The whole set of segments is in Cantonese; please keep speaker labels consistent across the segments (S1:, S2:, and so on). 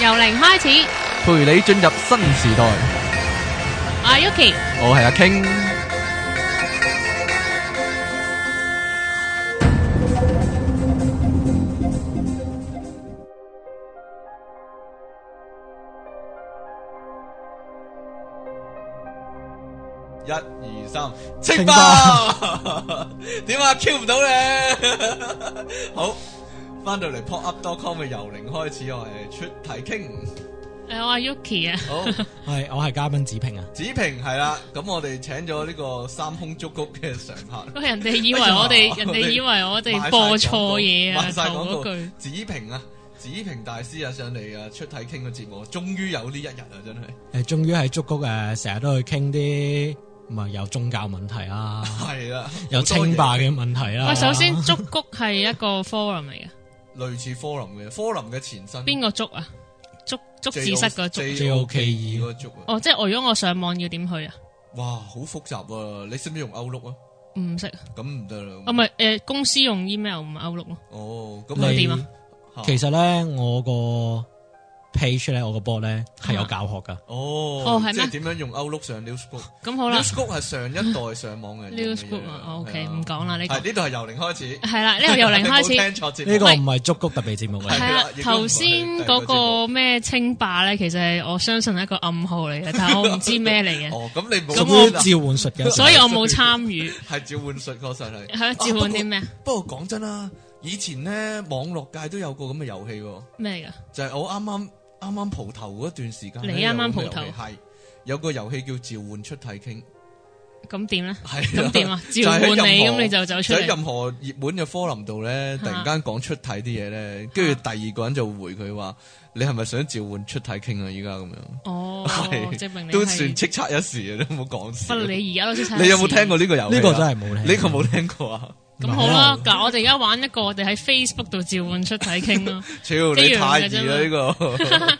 S1: 由零開始，
S2: 陪你進入新時代。
S1: 我係 Yuki，
S2: 我係阿 King，
S3: 一二三，清 爆！點啊？Q 唔到咧。 好，翻到嚟 pop up dot com 嘅由零開始，我係出題傾。
S1: 誒我係 Yuki 啊，
S3: 好，
S4: 系我係嘉賓子平啊，
S3: 子平係啦，咁我哋請咗呢個三空竹谷嘅常客。
S1: 不過人哋以為
S3: 哎
S1: 我哋，人哋以為我哋播錯嘢啊，
S3: 賣晒廣
S1: 頭嗰
S3: 告
S1: 句。
S3: 子平啊，子平大師啊，上嚟啊，出題傾嘅節目，終於有呢一日啊，真係
S4: 诶，終於喺竹谷诶，成日都去傾啲唔係有宗教問題 啊，
S3: 係啦，
S4: 有
S3: 好多嘢
S4: 清霸嘅問題
S3: 哎
S4: 啦。
S1: 喂，首先竹谷係一個 forum 嚟嘅，
S3: 類似 forum 嘅 forum 嘅前身，
S1: 邊個竹啊？竹竹字室個竹。
S3: JOKE
S4: JOKE
S3: 嗰個竹啊！
S1: 哦，即係我如果我上網要點去啊？
S3: 哇，好複雜啊！你識唔識用 Outlook 啊？
S1: 唔識啊，
S3: 咁唔得啦。
S1: 啊咪誒公司用 email 唔 outlook 咯。
S3: 哦，咁
S1: 你
S3: 你
S1: 點啊
S3: 嚇
S4: 其實咧，我個 page 咧，我個 board 咧係有教學噶，
S3: 哦
S1: 哦，係
S3: 即
S1: 咩
S3: 係點樣用 Outlook 上 Newsbook？
S1: 咁好啦
S3: Newsbook 係上一代上網嘅人用嘅嘢
S1: ，newsgroup 啊，OK，
S3: 係啊
S1: 唔講啦呢個
S3: 係。呢度係由零開始，
S1: 係啦，呢 個由零開
S3: 你冇
S1: 始。
S3: 聽錯節目
S4: 呢個唔係竹谷特別節
S3: 係
S4: 目嘅，
S1: 係
S3: 啦
S1: 啦
S3: 亦，都唔
S1: 頭先嗰個咩清霸咧，其實係我相信係一個暗號嚟嘅，但係我唔知咩嚟 嘅，
S3: 哦，咁你冇
S1: 咁
S4: 屬於
S1: 我
S4: 召喚術嘅，
S1: 所以我冇參與。
S3: 係召喚術確實係
S1: 係召喚啲咩啊？
S3: 不過講真啦，以前咧網絡界都有個咁嘅遊戲喎。
S1: 咩㗎？
S3: 就係我啱啱啱啱蒲頭嗰段時間咧，
S1: 你啱啱蒲頭
S3: 係有個遊戲叫召喚出體傾，
S1: 咁點 咧？
S3: 係啊？
S1: 咁點啊召喚
S3: 就喺
S1: 你，
S3: 任何
S1: 咁你就走啊出
S3: 就喺
S1: 嚟。啊
S3: 任何熱門嘅科林度咧，突然間講出體啲嘢咧，跟住第二個人就回佢話：你係咪想召喚出體傾啊？依家咁樣
S1: 哦，
S3: 係
S1: 證明你
S3: 都算
S1: 係
S3: 叱咤一時啊！都冇講
S1: 不
S3: 笑。
S1: 過你而家都識睇。
S3: 你有冇聽過？呢個遊戲啊？
S4: 呢個真係冇聽
S3: 呢個冇聽 過啊！
S1: 咁好啦，
S4: 唔係
S1: 嗱，我哋而家玩一個，我哋喺 Facebook 度召喚出體傾 咯。
S3: 超
S1: 一
S3: 你
S1: 樣
S3: 太
S1: 嘅啫
S3: 易
S1: 嘛
S3: 啦！呢個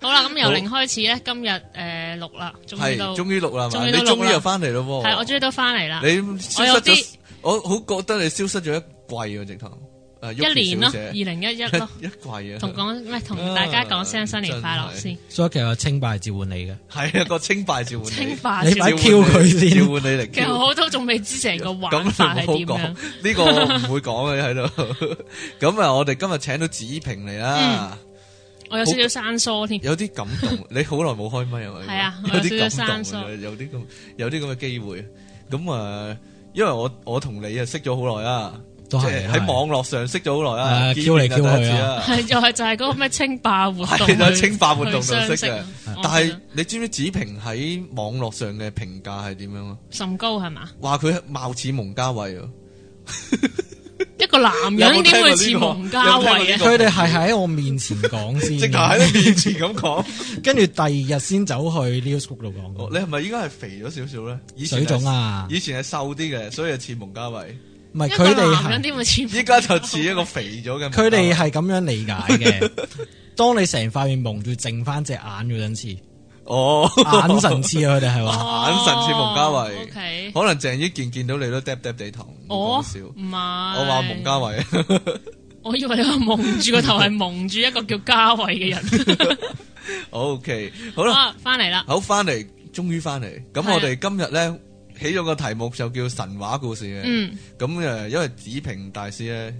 S1: 好啦，咁由零開始咧，今日誒錄啦，終於
S3: 係
S1: 到，
S3: 終於錄啦係嘛，
S1: 終於
S3: 你
S1: 都錄
S3: 終
S1: 啦
S3: 於又翻嚟咯喎！
S1: 係我終於都翻嚟啦。
S3: 你消
S1: 我有
S3: 失咗
S1: 啲，
S3: 我好覺得你消失咗一季啊，直頭。誒
S1: 一年咯，
S3: Yuki 小
S1: 二
S3: 姐，
S1: 零一一咯
S3: 一季啊，
S1: 同講咩？同大家講聲新年快樂 先。
S4: 所以其實清霸係召喚你嘅，
S3: 係啊個清拜召喚你
S1: 清霸
S4: 你
S1: 召喚
S3: 啊
S4: 擺
S3: 召喚你
S4: Q 佢先
S3: 召喚你嚟
S1: 其實
S3: Q。
S1: 我都仲未知成個玩法係
S3: 咁你
S1: 點
S3: 唔好講
S1: 樣。
S3: 呢個我唔會講嘅喺 度。咁啊，我哋今日請到子平嚟啦，
S1: 我有少少生疏添，
S3: 有啲感動。你好耐冇開咪係咪？
S1: 係啊
S3: 有
S1: 我有
S3: 啲
S1: 少少
S3: 感
S1: 生
S3: 動
S1: 疏
S3: 啊，有啲咁有啲咁嘅機會。咁啊，因為我我同你啊識咗好耐啦，即
S4: 都
S3: 係
S4: 係
S3: 喺網絡上識咗好耐啦，
S4: 係
S3: 見
S4: Q 嚟
S3: 面就
S4: Q 去
S3: 第一
S4: 啊
S3: 次啦。
S1: 係又係就係嗰個咩清霸活動
S3: 係啦
S1: 去，
S3: 清霸活動就識嘅
S1: 去相識我
S3: 但
S1: 覺
S3: 係
S1: 得
S3: 你知唔知子平喺網絡上嘅評價係點樣啊？
S1: 甚高係嘛？
S3: 話佢貌似蒙嘉慧啊，
S1: 一個男人點會似蒙嘉
S3: 有冇
S1: 慧
S3: 聽
S1: 啊
S3: 過？
S4: 佢哋係喺我面前講 先
S3: 直頭喺
S4: 嘅，
S3: 你面前咁講。
S4: 跟住第二日先走去 Newsbook 度講
S3: 哦
S4: 嘅
S3: 你係咪應該係肥咗少少咧？以前
S4: 水
S3: 係
S4: 腫，啊，
S3: 以前係瘦啲嘅，所以就似蒙嘉慧。
S4: 唔係
S1: 一
S4: 佢
S1: 個
S4: 哋
S1: 男
S4: 係
S1: 人。點會似蒙嘉慧？
S3: 依家就似一個肥咗嘅蒙嘉慧。
S4: 佢哋係咁樣理解嘅。 當你成塊面蒙住，剩翻隻眼嗰陣時，
S3: 哦
S4: 眼神似啊！佢哋係 話，
S3: 眼神似蒙嘉慧
S1: O K，
S3: 可能鄭伊健見到你都嗒嗒地頭，
S1: 我
S3: 唔
S1: 唔
S3: 講笑。
S1: 係，
S3: 我
S1: 我
S3: 話蒙嘉，慧，
S1: 我以為你話蒙住個頭係蒙住一個叫嘉慧嘅 人。
S3: o k 好啦，
S1: 好，翻嚟啦，
S3: 好翻嚟，終於翻嚟。咁
S1: 啊係啊
S3: 我哋今日咧起咗個題目就叫神話故事嘅。
S1: 嗯，
S3: 咁誒，因為子平大師咧，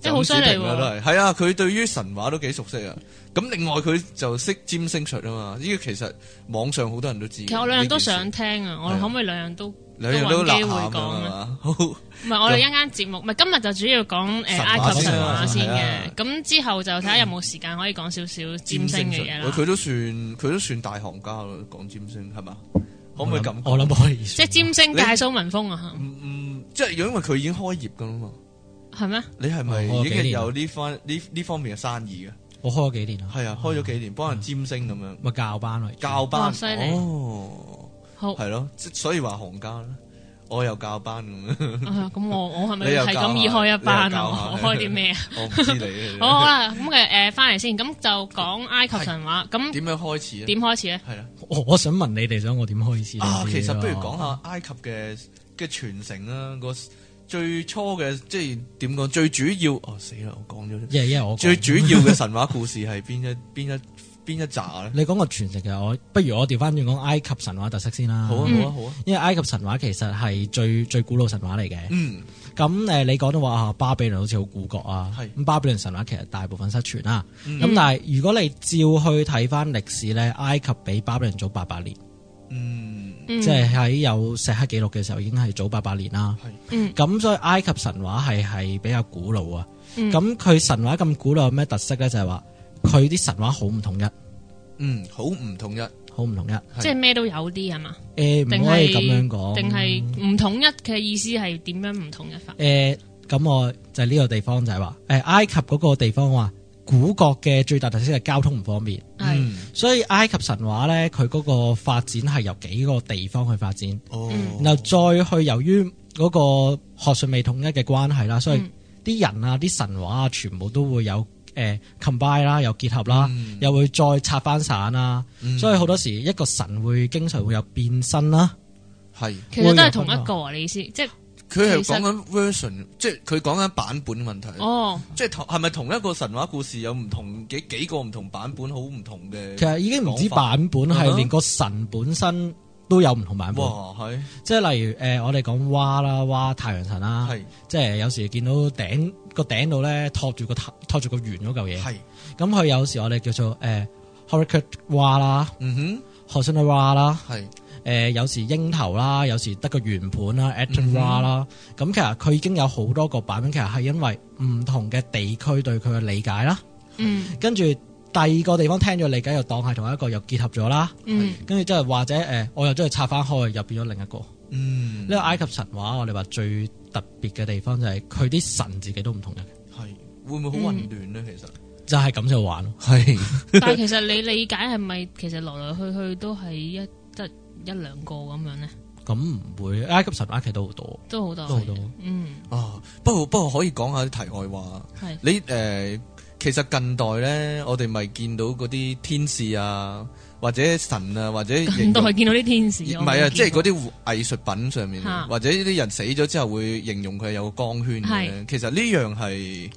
S1: 即係好犀利喎
S3: 就咁子平啦都係係啊，佢對於神話都幾熟悉啊。咁另外佢就識占星術啊嘛，呢個其實網上好多人都知嘅。
S1: 其實我兩樣都想
S3: 呢
S1: 聽啊，我
S3: 係啊
S1: 哋可唔可以兩樣都？
S3: 件事，兩樣都立
S1: 都
S3: 下
S1: 揾
S3: 咁
S1: 機會講啊
S3: 嘛。 好，
S1: 唔係，我哋一間節目，唔係今日就主要講誒
S3: 神話
S1: 埃及神話
S3: 先
S1: 先
S3: 啦
S1: 嘅，咁之後就睇下有冇時間可以講少少占星嘅嘢
S3: 喂
S1: 啦。
S3: 佢都算佢都算大行家咯，講占星係嘛？可唔可以咁講？
S4: 我諗可以。
S1: 即係占星界蘇文峰啊，
S3: 嗯嗯，即係因為佢已經開業噶啦嘛，
S1: 係咩？
S3: 你係咪
S4: 哦我
S3: 已
S4: 有幾
S3: 經
S4: 年
S3: 有呢方呢呢方面嘅生意嘅？
S4: 我開咗幾年啊，
S3: 係啊，開咗幾年幫人占星咁樣
S4: 咪教班咯，
S3: 教班
S1: 哇犀利
S3: 哦。
S1: 好，
S3: 系咯，即所以話行家啦，我又教班咁樣，
S1: 啊咁我我係咪
S3: 你又
S1: 係
S3: 教
S1: 咁易
S3: 下
S1: 開一班
S3: 你又教下
S1: 啊？我開啲咩啊？
S3: 我唔知你。啊
S1: 好好，啦，咁嘅誒翻嚟先，咁就講埃及神話，咁
S3: 點樣開始咧？
S1: 點開始咧？
S3: 係啊啦，
S4: 我我想問你哋想我點開始
S1: 啊
S3: 啊，其實不如
S4: 講
S3: 講下埃及嘅嘅傳承啦，個最初嘅即系點講？最主要哦死啦！我講咗
S4: 因為因為我講
S3: 最主要嘅神話故事係邊 一邊一邊一扎咧？
S4: 你講個全食嘅，我不如我調翻轉講埃及神話特色先啦。
S3: 好啊
S1: 嗯
S3: 好啊好啊！
S4: 因為埃及神話其實係最最古老神話嚟嘅。
S3: 嗯
S4: 咁誒、你講到話啊，巴比倫好似好古國啊，
S3: 係
S4: 咁巴比倫神話其實大部分失傳啦。
S3: 嗯
S4: 咁、但係如果你照去睇翻歷史咧，埃及比巴比倫早八百年，
S3: 嗯
S1: 嗯
S4: 即係喺有石刻記錄嘅時候已經係早八百年啦。
S3: 係
S1: 嗯
S4: 咁所以埃及神話係係比較古老啊。
S1: 嗯
S4: 咁佢、神話咁古老有咩特色咧？就係話佢啲神話好唔統一，
S3: 嗯，好唔同一
S4: 好唔統一。
S1: 即係咩都有啲係嘛？
S4: 誒唔、
S1: 定
S4: 可
S1: 係
S4: 以咁樣講，
S1: 定係唔統一嘅意思係點樣唔統一法？
S4: 誒，呃咁、我就係呢個地方就係話，誒、埃及嗰個地方話，古國嘅最大特色係交通唔方便，
S1: 係
S3: 嗯
S4: 所以埃及神話咧，佢嗰個發展係由幾個地方去發展，
S3: 哦
S1: 嗯
S4: 然後再去由於嗰個學術未統一嘅關係啦，所以
S1: 嗯
S4: 啲人啊、啲神話啊，全部都會有誒、combine 啦，有結合啦，
S3: 嗯
S4: 又會再拆翻散啦，
S3: 嗯
S4: 所以好多時一個神會經常會有變身啦。
S3: 係
S1: 其實都係同一個啊！你意思即係
S3: 佢係
S1: 其實
S3: 講緊 version，即係佢講緊版本問題。啊
S1: 哦，
S3: 即係同係咪同一個神話故事有唔同幾幾個唔同版本，好唔同嘅。
S4: 其實已經唔止
S3: 講法
S4: 版本，
S3: 嗯
S4: 係
S3: 哼
S4: 連個神本身都有唔同版本。
S3: 哇，係
S4: 即係例如誒、呃我哋講蛙啦，蛙太陽神啦，
S3: 係
S4: 即係有時見到頂個頂度咧托住個塔托住個圓嗰嚿嘢，
S3: 係，
S4: 咁佢有時我哋叫做誒 hurricane 蛙啦、
S3: 嗯
S4: h o r s o n 蛙啦，
S3: 哼，係
S4: 誒、呃有時鷹頭啦，有時得個圓盤啦 a t o
S3: 嗯
S4: n
S3: 哼
S4: 蛙啦，咁其實佢已經有好多個版本，其實係因為唔同嘅地區對佢嘅理解啦，
S1: 嗯
S4: 跟住第二個地方聽咗理解又當係同一個又結合咗啦。
S1: 嗯
S4: 跟住之後或者誒、呃我又將佢拆翻開，又變咗另一個。呢、
S3: 嗯
S4: 個埃及神話，啊我哋話最特別嘅地方就係佢啲神自己都唔同嘅，
S3: 係會唔會好混亂咧？其實
S4: 就嗯係咁就玩咯。
S3: 係。
S1: 但係其實你理解係咪其實來來去去都係一得一兩個咁樣咧？
S4: 咁唔會，埃及神話其實都好多，
S1: 都好多，
S4: 都好多。
S1: 嗯
S3: 啊，不過不過可以講下啲題外話。
S1: 係
S3: 你誒、呃其實近代咧，我哋咪見到嗰啲天使啊，或者神啊，或者
S1: 近
S3: 形
S1: 代
S3: 容
S1: 見到啲天使，
S3: 唔
S1: 我
S3: 係啊，
S1: 冇
S3: 即係
S1: 見過
S3: 嗰啲藝術品上面，啊
S1: 嚇
S3: 或者呢啲人死咗之後會形容佢有個光圈嘅咧。其實呢樣係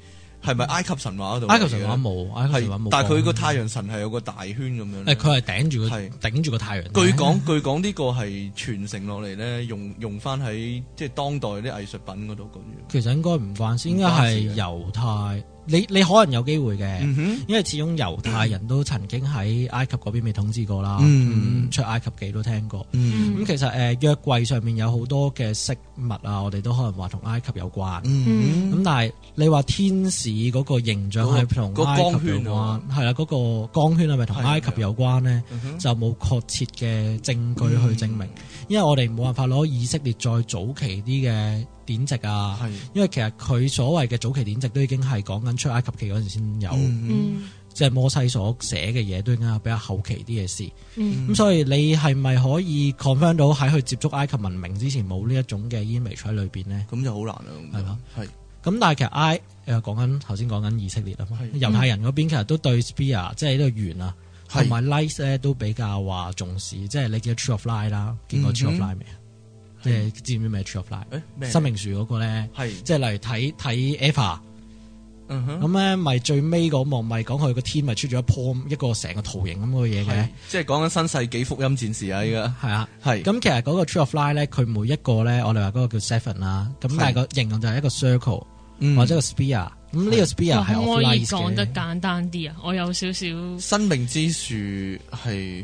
S3: 係咪埃及神話嗰度嚟嘅？
S4: 埃及神話冇，埃及神話
S3: 係
S4: 冇講。
S3: 但係佢個太陽神係有個大圈咁樣
S4: 誒
S3: 咧。
S4: 佢係頂住個
S3: 係
S4: 頂住個太陽。
S3: 據講據講呢個係傳承落嚟咧，用用翻喺即係當代啲藝術品嗰度咁樣。
S4: 其實應該唔關事，應該
S3: 唔關
S4: 係
S3: 事
S4: 猶太。你你可能有機會嘅。
S3: 嗯哼。
S4: 因為始終猶太人都曾經喺埃及嗰邊未統治過啦，
S3: 嗯
S4: 咁出埃及記都聽過。
S3: 嗯
S4: 咁其實誒、呃、約櫃上面有好多嘅飾物啊，我哋都可能話同埃及有關。咁、
S1: 嗯
S4: 但係你話天使嗰個形象係同
S3: 嗰個
S4: 埃及有
S3: 嗰個光圈啊
S4: 關，係啦，嗰、個光圈係咪同埃及有關呢？
S3: 嗯哼嗯
S4: 就冇確切嘅證據去證明，因為我哋冇辦法攞以色列再早期啲嘅典籍啊。
S3: 係
S4: 因為其實佢所謂嘅早期典籍都已經係講緊出埃及記嗰陣先有，
S3: 嗯
S1: 嗯
S4: 即係摩西所寫嘅嘢都已經係比較後期啲嘅事。
S1: 嗯
S4: 咁所以你係咪可以 confirm 到喺佢接觸埃及文明之前冇呢一種嘅 image 喺裏邊呢？
S3: 咁就好難啦。
S4: 係咯，
S3: 係
S4: 咁但係其實埃誒講緊頭先講緊以色列啊嘛，
S3: 係
S4: 猶太人嗰邊其實都對 spear 即係呢個圓啊，
S3: 係
S4: 同埋 light 咧都比較話重視，即係你見到 tree of life 啦，見過 tree of
S3: 嗯
S4: life 未啊？即係知唔知咩 tree of life？
S3: 誒咩？
S4: 生命樹嗰個咧，
S3: 係
S4: 即係例如睇睇 Eva
S3: 嗯哼，
S4: 咁咧，咪最尾嗰幕咪講佢個天咪出咗一樖一個成個圖形咁嘅嘢嘅
S3: 係，即係講緊新世紀福音戰士啊！依家
S4: 係啊。
S3: 係
S4: 咁其實嗰個 Tree of Life 咧，佢每一個咧，我哋話嗰個叫 Seven 啦，咁
S3: 係
S4: 但係個形容就係一個 circle
S3: 嗯
S4: 或者一個 spear。咁呢個 spear 係
S1: 可唔
S4: of
S1: 可以
S4: light
S1: 講得
S4: 嘅，
S1: 簡單啲啊？我有少少，因
S3: 生命之樹係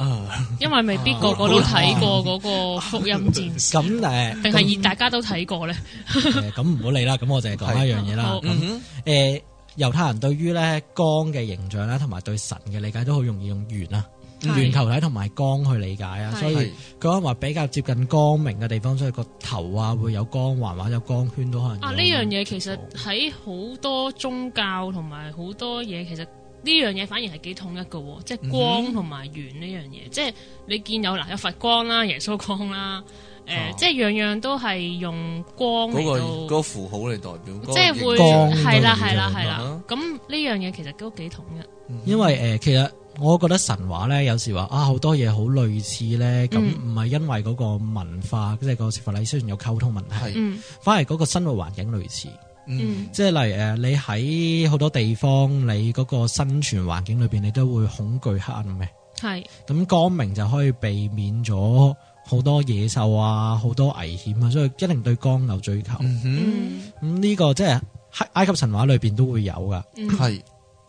S4: 嗯
S3: 啊，
S1: 為未必個個都睇過嗰個福音戰士，
S4: 咁誒，
S1: 定係大家都睇過咧？
S4: 誒咁唔好理啦。咁我就係講一樣嘢啦
S1: 好。
S4: 咁
S3: 嗯
S4: 誒猶太人對於咧光嘅形象啦，同埋對神嘅理解都好容易用圓啊、
S1: 係
S4: 圓球體同埋光去理解啊。
S1: 係
S4: 所
S3: 哼，
S4: 以
S3: 係
S4: 佢可能話比較接近光明嘅地方，所以個頭啊會有光環或者有光圈都可能有。
S1: 啊！呢樣嘢其實喺好多宗教同埋好多嘢，其實呢樣嘢反而係幾統一嘅
S3: 嗯
S1: 喎，即係光同埋圓呢樣嘢。即係你見有嗱有佛光啦、耶穌光啦，誒、
S3: 啊
S1: 即係樣樣都係用光
S3: 嗰個
S1: 嚟
S3: 嗰
S1: 到，
S3: 個符號嚟代表，嗰個
S1: 即係會
S4: 光
S1: 係啦
S4: 嗰
S1: 係
S4: 個
S1: 啦
S4: 形象
S1: 係啦
S3: 啊。
S1: 咁呢樣嘢其實都幾統一。
S4: 因為誒、呃其實我覺得神話咧，有時話啊好多嘢好類似咧，
S1: 嗯
S4: 咁唔係因為嗰個文化，即係個食法禮雖然有溝通問題，
S3: 係
S1: 嗯
S4: 反而嗰個生活環境類似。
S3: 嗯
S1: 嗯
S4: 即係例如誒，你喺好多地方，你嗰個生存環境裏邊，你都會恐懼黑暗嘅。
S1: 係
S4: 咁光明就可以避免咗好多野獸啊，好多危險啊，所以一定對光有追求。咁呢、
S3: 嗯哼，
S1: 嗯
S4: 個即係黑埃及神話裏邊都會有噶。
S1: 嗯
S3: 係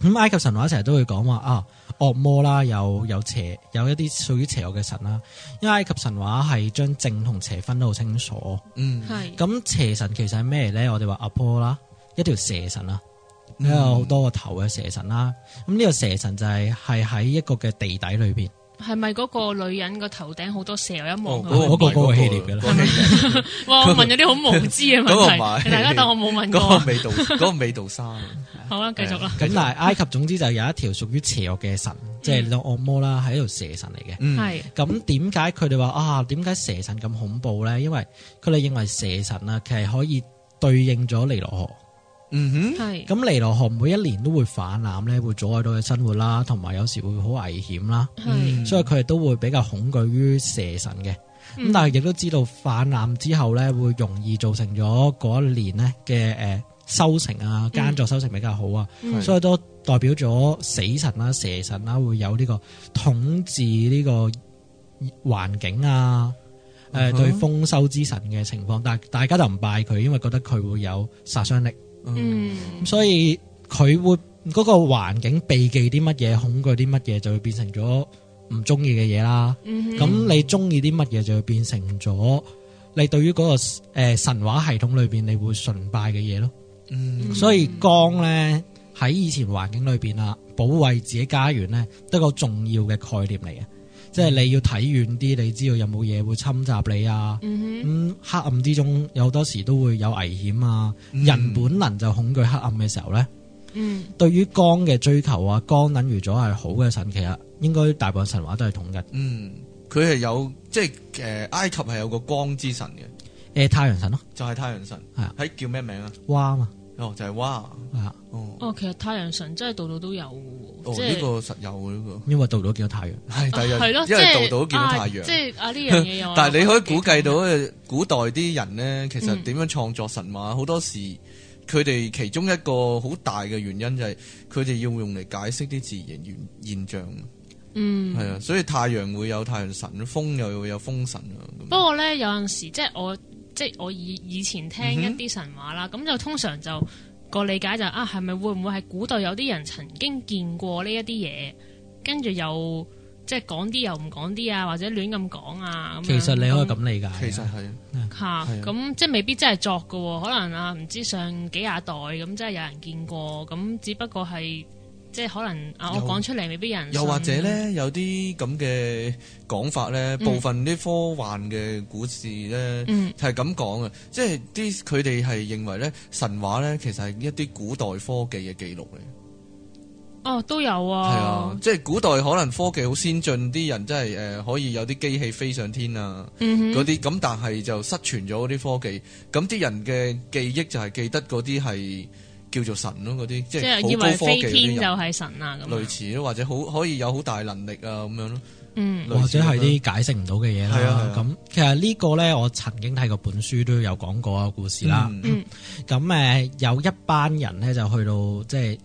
S4: 咁埃及神話成日都會講話啊，惡魔啦，有有邪，有一啲屬於邪惡嘅神啦。因為埃及神話係將正同邪分得好清楚。
S3: 嗯
S1: 係
S4: 咁邪神其實係咩咧？我哋話阿波啦，一條蛇神啦，
S3: 嗯
S4: 有好多個頭嘅蛇神啦。咁呢個蛇神就係係喺一個嘅地底裏邊，
S1: 係咪嗰個女人個頭頂好多蛇有一望
S3: 哦
S1: 㗎？
S3: 嗰個
S4: 嗰個
S3: 唔係
S4: 嗰個希臘
S3: 嗰
S4: 嘅啦
S3: 個
S1: 哇！我問咗啲好無知嘅
S3: 嗰個唔
S1: 問題，
S3: 係
S1: 大家當我冇問
S3: 嗰
S1: 過
S3: 個。味 道，嗰個味道沙。
S1: 好啦，繼續啦。
S4: 咁但係埃及總之就有一條屬於邪惡嘅神，即係你當惡魔啦，係一條蛇神嚟嘅。
S3: 嗯，
S1: 係
S4: 咁點解佢哋話啊？點解蛇神咁恐怖咧？因為佢哋認為蛇神啊，其實可以對應咗尼羅河。
S3: 嗯哼，
S1: 係
S4: 咁尼羅河每一年都會泛濫咧，會阻礙到佢生活啦，同埋有時會好危險啦。
S3: 嗯
S1: 係
S4: 所以佢哋都會比較恐懼於蛇神嘅。咁、
S1: 嗯
S4: 但係亦都知道泛濫之後咧，會容易造成咗嗰一年咧嘅誒收成啊，耕作收成比較好啊，
S1: 嗯
S4: 所以都代表咗死神啦、蛇神啦，會有呢個統治呢個環境啊。誒、
S3: 嗯哼
S4: 對豐收之神嘅情況，但係大家就唔拜佢，因為覺得佢會有殺傷力，
S1: 嗯
S4: 咁所以佢會嗰、個環境避忌啲乜嘢，恐懼啲乜嘢，就會變成咗唔中意嘅嘢啦。
S1: 嗯
S4: 咁、你中意啲乜嘢就會變成咗你對於嗰、個呃神話系統裏邊你會崇拜嘅嘢咯。
S3: 嗯
S4: 所以光咧喺以前環境裏邊啊，保衞自己家園咧，都係一個重要嘅概念嚟嘅。即係你要睇遠啲，你知道有冇嘢會侵襲你啊。咁、
S1: 嗯
S4: 黑暗之中有好多時都會有危險啊。
S3: 嗯
S4: 人本能就恐懼黑暗嘅時候咧，
S1: 哼嗯
S4: 對於光嘅追求啊，光等於咗係好嘅神，其實應該大部分神話都係統一嘅。
S3: 嗯，佢係有即係誒埃及係有個光之神嘅，
S4: 誒太陽神咯，
S3: 就係太陽神
S4: 係啊，
S3: 喺叫咩名啊？
S4: 哇嘛
S3: 哦，就係哇，
S4: 啊，
S3: 哦，
S1: 哦，其實太陽神真係度度都有嘅
S3: 哦
S1: 喎，即
S3: 呢
S1: 係啊
S3: 個實有嘅呢個。
S4: 因為到到見到太陽。
S3: 系第日，
S1: 係咯，
S3: 因
S1: 即
S3: 為
S1: 係
S3: 度度都見到
S1: 啊
S3: 太陽。
S1: 即係啊呢樣嘢又
S3: 但係你可以估計到
S1: 我
S3: 呃古代啲人咧，其實
S1: 嗯
S3: 點樣創作神話，好多時佢哋其中一個好大嘅原因就係佢哋要用嚟解釋啲自然現現象，
S1: 嗯
S3: 係啊，所以太陽會有太陽神，風又會有風神啊。
S1: 不過咧，有陣時即係我即係我以以前聽一
S3: 嗯哼
S1: 啲神話啦，咁、就通常就個理解就係啊，係咪會唔會係古代有啲人曾經見過呢一啲嘢，跟住又即係講啲又唔講啲啊，或者亂咁講啊咁樣
S4: 其實你可以咁理解。
S3: 其實係
S1: 嚇，
S3: 係啊
S1: 咁即係未必真係作嘅喎，可能啊唔知上幾廿代咁，真係有人見過，咁只不過係即係可能啊，我
S3: 又
S1: 講出嚟未必有人
S3: 又或者
S1: 信
S3: 咧，有啲咁嘅講法咧，部分啲科幻嘅故事咧，
S1: 嗯
S3: 係咁講嘅，即係啲佢哋係認為咧，神話咧其實係一啲古代科技嘅記錄嚟。
S1: 哦都有
S3: 係啊
S1: 啊，，
S3: 即係古代可能科技好先進，啲人真係誒、呃可以有啲機器飛上天啊，
S1: 嗯
S3: 嗰
S1: 哼，
S3: 啲咁，但係就失傳咗嗰啲科技，咁啲人嘅記憶就係記得嗰啲係叫做神咯，嗰啲即
S1: 即
S3: 係
S1: 係
S3: 好
S1: 以為
S3: 高科技
S1: 飛天
S3: 嗰啲
S1: 就
S3: 人，
S1: 係神啊咁
S3: 類
S1: 樣，
S3: 似咯，或者好可以有好大能力啊咁樣咯，
S1: 嗯。
S4: 或者係啲解釋唔到嘅嘢
S3: 係啊
S4: 啦
S3: 係啊，
S4: 咁其實呢個呢，我曾經睇過本書都有講過個故事啦。
S3: 嗯
S1: 嗯
S4: 咁誒有一班人呢，就去到即係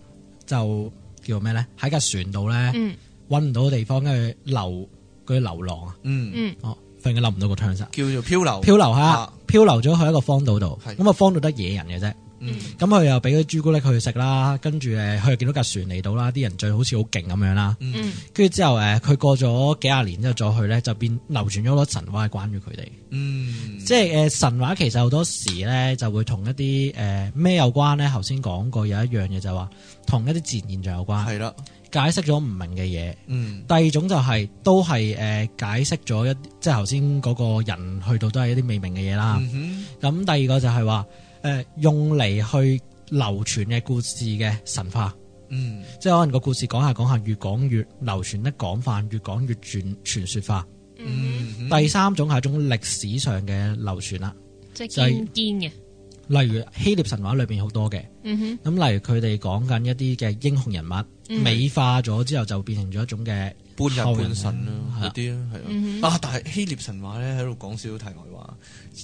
S4: 就叫咩呢？喺架船度呢，
S1: 嗯
S4: 揾唔到地方，跟住流佢流浪啊，
S3: 嗯，
S1: 嗯
S4: 哦，忽然間冧唔到個 turn
S3: 叫做漂流，
S4: 漂流下
S3: 啊，
S4: 漂流咗去一個荒島度，
S3: 係
S4: 咁啊荒島得野人嘅啫。
S3: 嗯
S4: 咁佢又俾咗朱古力佢食啦，跟住誒佢又見到架船嚟到啦，啲人最好似好勁咁樣啦。
S1: 嗯
S4: 跟住之後誒，佢過咗幾廿年之後再去咧，就變流傳咗好多神話係關於佢哋。
S3: 嗯，
S4: 即係誒呃神話其實好多時咧就會同一啲誒咩有關咧？頭先講過有一樣嘢就係話同一啲自然現象有關，
S3: 係啦，
S4: 解釋咗唔明嘅嘢。
S3: 嗯
S4: 第二種就係、都係誒、呃解釋咗一啲即係頭先嗰個人去到都係一啲未明嘅嘢啦。
S3: 嗯哼，
S4: 咁第二個就係話誒用嚟去流傳嘅故事嘅神化，
S3: 嗯
S4: 即係可能個故事講下講下越講越流傳得廣泛，越講越傳傳說化。
S1: 嗯，
S3: 嗯，
S4: 第三種係一種歷史上嘅流傳啦，
S1: 即系
S4: 就係
S1: 堅堅嘅，
S4: 例如希臘神話裏邊好多嘅，
S1: 嗯哼，
S4: 咁例如佢哋講緊一啲嘅英雄人物，
S1: 嗯
S4: 美化咗之後就變成咗一種嘅
S3: 半日
S4: 後人
S3: 半神啦，
S4: 係
S3: 嗰
S4: 啊
S3: 啲啦，係
S1: 嗯
S3: 啊。啊，但係希臘神話咧，喺度講少少題外話，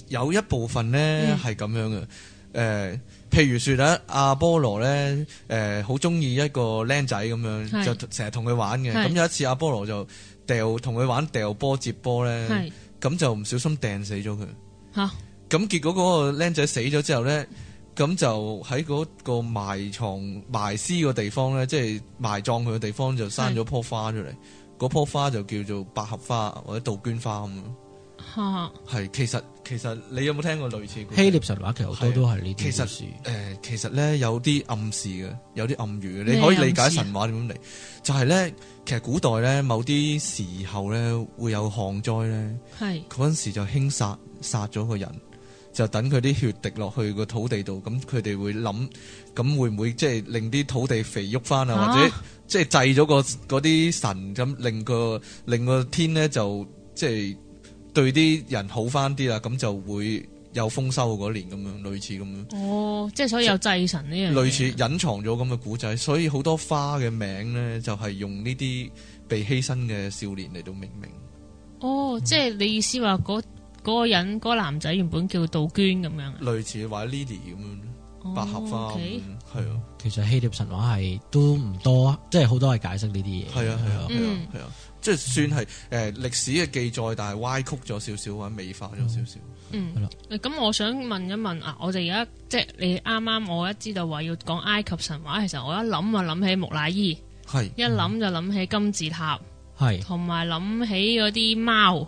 S3: 有一部分咧
S1: 嗯
S3: 係咁樣嘅。誒、譬如説咧，阿波羅咧，誒好中意一個僆仔咁樣，
S1: 係
S3: 就成日同佢玩嘅。
S1: 係
S3: 咁有一次阿波羅就掉同佢玩掉波接波咧，
S1: 系
S3: 咁就唔小心掟死咗佢。
S1: 吓，
S3: 咁結果嗰個僆仔死咗之後咧，咁就喺嗰個埋藏埋屍個地方咧，即係埋葬佢嘅地方就生咗棵花出嚟。嗰棵花就叫做百合花或者杜鵑花咁樣。
S1: 吓
S3: 係其實其實你有冇聽過類似故事
S4: 希臘神話，其實好多
S3: 係啊
S4: 都係呢啲
S3: 其實
S4: 故事。
S3: 誒、其實咧有啲暗示嘅，有啲暗語嘅，
S1: 咩
S3: 你可以理
S1: 暗
S3: 解
S1: 示啊
S3: 神話點樣嚟，就係、咧，其實古代咧某啲時候咧會有旱災咧，
S1: 系
S3: 嗰陣時就輕殺殺咗個人，就等佢啲血滴落去個土地度，咁佢哋會諗，咁會唔會即係令啲土地肥沃翻啊，
S1: 啊
S3: 或者即係製咗個嗰啲神咁，令個令個天咧就即係對啲人好翻啲啦，咁就會有豐收嗰年咁樣，類似咁樣。
S1: 哦，即係所以有祭神呢樣嘢
S3: 類似隱藏咗咁嘅古仔，所以好多花嘅名呢，就係用呢啲被犧牲嘅少年嚟到命名。
S1: 哦，即係你意思話嗰嗰個人嗰個男仔原本叫杜鹃咁樣啊，
S3: 類似或者 Lily 咁樣，
S1: 哦
S3: 百合花咁
S1: OK
S3: 樣，係啊，
S4: 其實希臘神話係都唔多，即係好多係解釋呢啲嘢。
S3: 係啊，係啊，係啊
S1: 嗯，
S3: 係啊，即係算係誒歷史嘅記載，但係歪曲咗少少或者美化咗少少。
S1: 嗯
S4: 係啦，
S1: 誒咁我想問一問啊，我哋而家即係你啱啱我一知道話要講埃及神話，其實我一諗啊諗起木乃伊，
S4: 嗯
S3: 係
S1: 一諗就諗起金字塔，
S4: 係
S1: 同埋諗起嗰啲貓。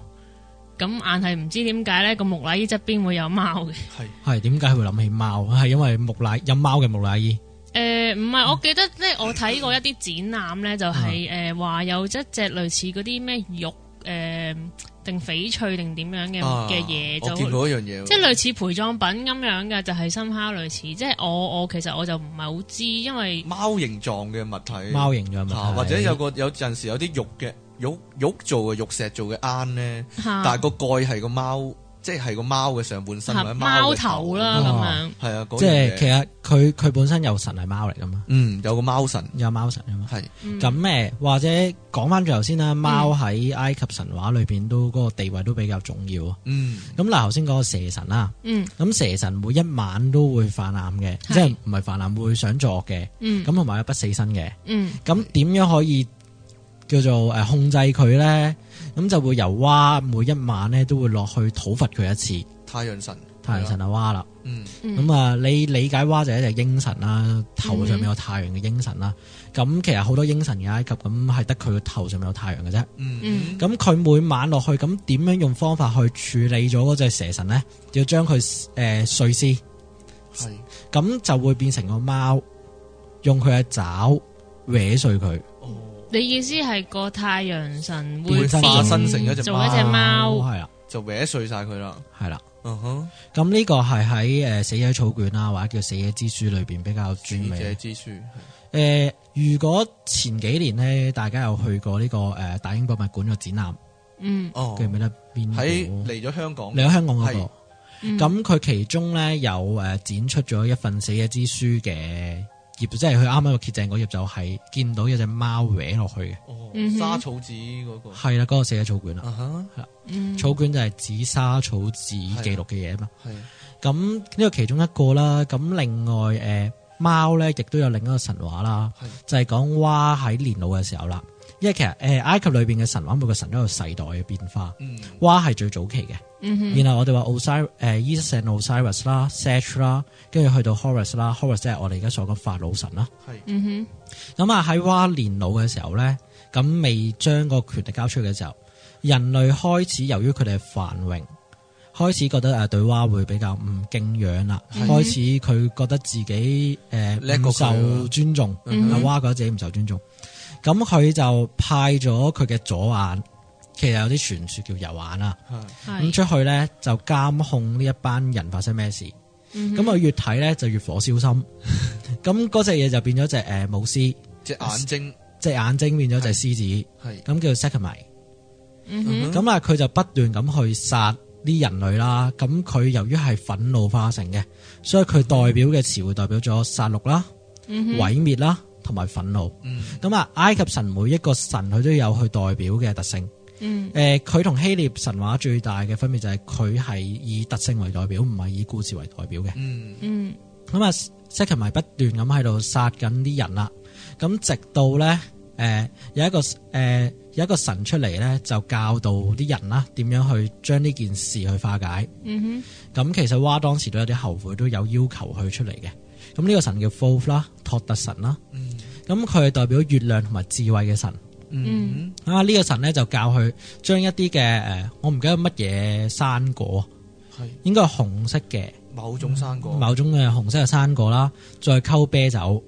S1: 咁硬係唔知點解呢個木乃伊側邊會有貓嘅？
S3: 係
S4: 係點解會諗起貓？係因為木乃有貓嘅木乃伊，
S1: 誒唔係，我記得呢，我睇過一啲展覽呢，就係
S4: 嗯
S1: 誒話有一隻類似嗰啲咩玉誒定翡翠定點樣嘅
S3: 啊
S1: 嘅嘢，
S3: 我
S1: 就
S3: 見過一樣嘢喎，
S1: 即係類似陪葬品咁樣嘅，就係深烤類似。即係我我其實我就唔係好知，因 為
S3: 貓形狀嘅物體，
S4: 貓形象物體
S3: 嚇啊或者有個有陣時有啲肉嘅玉玉做嘅玉石做嘅罌咧。但係
S1: 嚇
S3: 個蓋係個貓，即係個貓嘅上半身或者
S1: 嚇
S3: 貓
S1: 啊貓
S3: 嘅頭
S1: 頭啦咁樣。
S3: 係啊，嗰
S4: 即係
S3: 樣
S4: 其
S3: 嘢
S4: 實佢佢本身有神係貓嚟噶嘛，
S3: 嗯有個貓神
S4: 有貓神噶嘛。
S3: 係
S1: 嗯
S4: 咁誒，或者講翻最頭先啦，貓喺埃及神話裏邊都嗰個地位都比較重要啊。
S3: 嗯
S4: 咁嗱，頭先講個蛇神啦，
S1: 嗯
S4: 咁蛇神每一晚都會泛濫嘅，
S1: 係
S4: 即係唔係泛濫會想作嘅，
S1: 嗯
S4: 咁同埋有不死身嘅。
S1: 嗯
S4: 咁點樣可以叫做誒控制佢呢？咁就會由蛙每一晚咧都會落去討伐佢一次，
S3: 太陽神
S4: 太陽
S3: 係
S4: 神
S3: 啊
S4: 啊蛙啦。
S3: 嗯
S1: 嗯
S4: 咁啊，你理解蛙就係一隻鷹神啦，頭上面有太陽嘅鷹神啦。咁、其實好多鷹神嘅埃及，咁係得佢個頭上面有太陽嘅啫。
S3: 嗯
S4: 咁佢每晚落去，咁點樣用方法去處理咗嗰隻蛇神呢？要將佢誒碎屍，
S3: 係
S4: 咁就會變成個貓，用佢嘅爪搲碎佢，
S3: 哦
S1: 你意思係個太陽神會
S4: 變身
S3: 化
S1: 變
S3: 身成一隻
S1: 做一隻貓？
S4: 哦係啦，
S3: 就搲碎晒佢啦，
S4: 係啦。
S3: 嗯
S1: Uh-huh
S3: 哼，
S4: 咁呢個係喺呃誒死者草卷啊啦，或者叫死者之書裏邊比較著
S3: 智
S4: 名。
S3: 者
S4: 誒、
S3: 之書係
S4: 呃如果前幾年呢，大家有去過呢、個誒、呃大英博物館嘅展覽，
S1: 嗯
S3: 哦
S4: 記唔記得邊
S3: 喺
S4: 個？
S3: 嚟咗香港
S4: 嚟咗香港嗰、個
S3: 係，
S1: 嗯
S4: 咁佢、其中呢，有誒展出咗一份死者之書嘅頁，即係佢啱啱個揭正嗰頁就係見到有隻貓搲落去嘅，
S3: 哦
S1: 嗯哼
S3: 沙草紙嗰個
S4: 係啦，嗰、個死者草卷啦。
S3: 啊哈
S1: 嗯
S4: 草卷就係指沙草紙記錄嘅嘢啊嘛。
S3: 係
S4: 咁呢個其中一個啦，咁另外誒、呃、貓咧，亦都有另一個神話啦
S3: 係，
S4: 就係講蛙喺年老嘅時候啦。因為其實誒、呃埃及裏邊嘅神話每個神都有世代嘅變化，
S3: 嗯
S4: 蛙係最早期嘅。
S1: 嗯哼
S4: 然後我哋話 Osir 誒 Isis and Osiris 啦、Set 啦，跟住去到 Horus 啦，Horus 即係我哋而家所講法老神啦。
S3: 係
S1: 嗯哼
S4: 咁啊喺蛙年老嘅時候咧，咁未將個權力交出嘅時候，人類開始由於佢哋嘅繁榮，開始覺得誒呃對蛙會比較唔敬仰啦，
S1: 嗯
S4: 開始佢覺得自己
S3: 叻
S4: 誒唔
S3: 過佢啊
S4: 受尊重，啊
S1: 嗯
S4: 阿蛙覺得自己唔受尊重，咁佢就派咗佢嘅左眼，其實有啲傳說叫右眼啦，
S3: 係
S4: 咁
S1: 係
S4: 出去咧就監控呢一班人發生咩事。
S1: 嗯哼
S4: 咁啊越睇咧就越火燒心，咁嗰只嘢就變咗隻誒舞獅，
S3: 隻眼睛
S4: 隻眼睛變咗隻獅子，
S3: 係
S4: 咁叫 Sekhmet。
S1: 嗯哼
S4: 咁啊佢就不斷咁去殺啲人類啦，咁佢由於係憤怒化成嘅，所以佢代表嘅詞會代表咗殺戮啦、
S1: 嗯哼
S4: 毀滅啦、同埋憤怒。
S3: 嗯
S4: 咁啊，埃及神每一個神佢都有佢代表嘅特性。
S1: 嗯
S4: 誒，佢同希臘神話最大嘅分別就係佢係以特性為代表，唔係以故事為代表嘅。
S3: 嗯
S1: 嗯
S4: 咁啊 s e c o n 咪不斷咁喺度殺緊啲人啦。咁直到咧，誒、有一個誒、有一個神出嚟咧，就教導啲人啦，點樣去將呢件事去化解。
S1: 嗯哼
S4: 咁其實蛙當時都有啲後悔，都有要求佢出嚟嘅。咁呢個神叫 Thoth 啦，托特神啦。
S3: 嗯
S4: 咁佢係代表月亮同埋智慧嘅神。
S3: 嗯
S4: 啊，呢、個神咧就教佢將一啲嘅誒，我唔記得乜嘢生果，
S3: 係
S4: 應該係紅色嘅。
S3: 某種生果，
S4: 嗯某種嘅紅色嘅生果啦，再溝啤酒，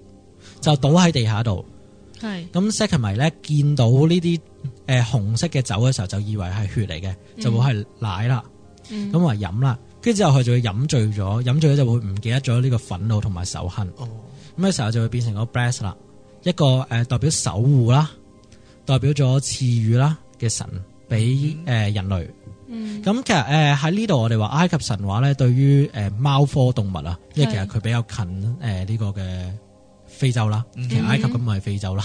S4: 就倒喺地下度。
S1: 係
S4: 咁 second 迷咧見到呢啲誒紅色嘅酒嘅時候，就以為係血嚟嘅，就會係奶啦，
S1: 嗯
S4: 咁話飲啦。跟住之後佢就會飲醉咗，飲醉咗就會唔記得咗呢個憤怒同埋仇恨。
S3: 哦，
S4: 咁嘅時候就會變成個 bless 啦，一個誒、呃代表守護啦，代表咗賜予啦嘅神俾誒、呃人類。
S1: 嗯
S4: 咁其實誒喺呢度我哋話埃及神話咧，對於誒貓科動物啊，因為其實佢比較近誒呢個嘅非洲啦，
S3: 嗯
S4: 其實埃及咁咪係非洲啦，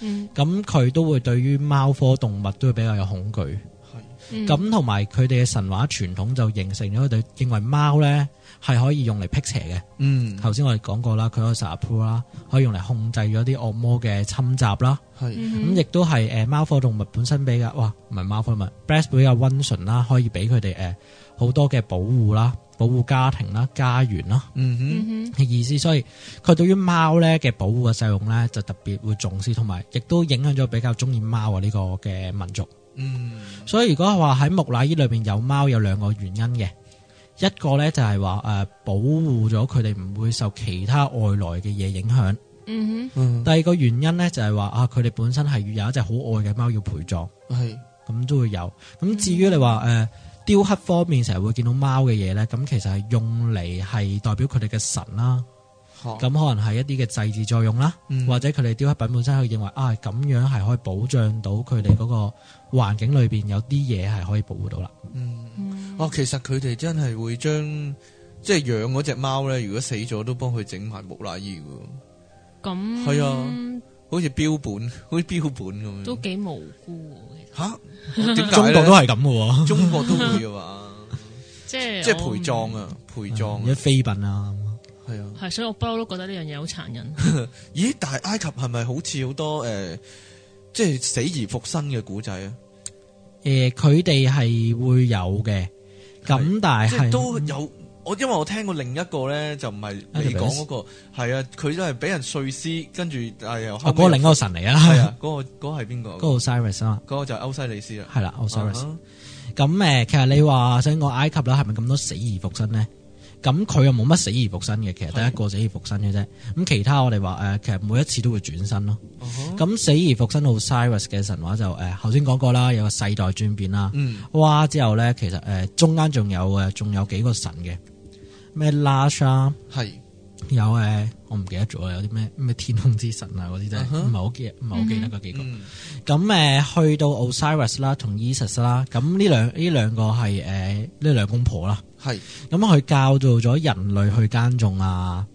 S1: 嗯
S4: 咁佢都會對於貓科動物都會比較有恐懼，
S3: 係
S1: 嗯
S4: 咁同埋佢哋嘅神話傳統就形成咗佢哋認為貓咧係可以用嚟辟邪
S3: 嗯
S4: 嘅。頭先我哋講過啦，佢可以殺入 p 啦，可以用嚟控制咗啲惡魔嘅侵襲啦。
S3: 係
S1: 嗯
S4: 咁亦都係誒貓科動物本身比較，哇，唔係貓科動物 b r e s t 比較温順啦，可以俾佢哋誒好多嘅保護啦，保護家庭啦、家園啦
S3: 嗯
S1: 嗯
S4: 嘅意思，所以佢對於貓咧嘅保護嘅作用咧，就特別會重視，同埋亦都影響咗比較中意貓啊呢個嘅民族。
S3: 哼嗯
S4: 所以如果話喺木乃伊裏邊有貓，有兩個原因嘅，一個咧就係話誒保護咗佢哋唔會受其他外來嘅嘢影響。
S1: 嗯
S3: 嗯
S4: 第二個原因咧就係話啊，佢哋本身係有一隻好愛嘅貓要陪葬，
S3: 係
S4: 咁都會有。咁至於你話誒、
S3: 嗯
S4: 呃雕刻方面，成日會見到貓嘅嘢咧，咁其實係用嚟係代表佢哋嘅神啦。
S3: 咁
S4: 咁可能係一啲嘅祭祀作用啦，
S3: 嗯
S4: 或者佢哋雕刻品本身佢認為啊，咁樣係可以保障到佢哋嗰個環境裏邊有啲嘢係可以保護到啦。
S3: 嗯哦，其實佢哋真係會將即係養嗰隻貓咧，如果死咗都幫佢整埋木乃伊嘅，
S1: 咁
S3: 係啊好似標本，好似標本咁
S1: 都
S3: 樣。
S1: 幾無辜喎其實
S3: 吓？點解咧？
S4: 係咁嘅喎，
S3: 中國都會嘅啊嘛，
S1: 即係哦
S3: 即係
S1: 我
S3: 陪葬啊，陪葬
S4: 有
S3: 啊
S4: 啲，妃嬪啊，
S3: 係啊。
S1: 係，所以我不嬲都覺得呢樣嘢好殘忍。
S3: 咦？但係埃及係咪好似好多誒，即係死而復生嘅古仔啊？
S4: 誒呃佢哋係會有嘅，咁但
S3: 即係
S4: 係哦
S3: 都有我，因為我聽過另一個咧，就唔係你講嗰個，係啊，佢都係俾人碎屍，跟住但係又後
S4: 哦，嗰個
S3: 尾
S4: 另一個神嚟
S3: 係
S4: 啊，
S3: 啊，嗰個嗰個係邊個？
S4: 嗰個 Cyrus 啊嘛，
S3: 嗰個就係歐西里斯啦。
S4: 係啦，Osiris。
S3: 啊
S4: 咁誒，其實你話想講埃及啦，係咪咁多死而復生咧？咁佢又冇乜死而復生嘅，其實
S3: 係
S4: 得一個死而復生嘅啫。咁其他我哋話誒，呃其實每一次都會轉身咯。
S3: 啊哈
S4: 咁死而復生 Osiris 嘅神話就誒，頭先講過啦，有個世代轉變啦。
S3: 嗯
S4: 哇！之後咧，其實誒中間仲有誒，仲有幾個神嘅，咩 Lash 啊，
S3: 係
S4: 有誒我唔記得咗啦，有啲咩咩天空之神啊嗰啲
S3: 嗯
S4: 真係
S3: 哼
S4: 唔係好記，唔係好記得嗰幾個。
S3: 嗯
S4: 咁誒、呃去到 Osiris 啦，同 Isis 啦，咁呢兩呢兩個係誒呢兩公婆啦。
S3: 係
S4: 咁佢教導咗人類去耕種啊，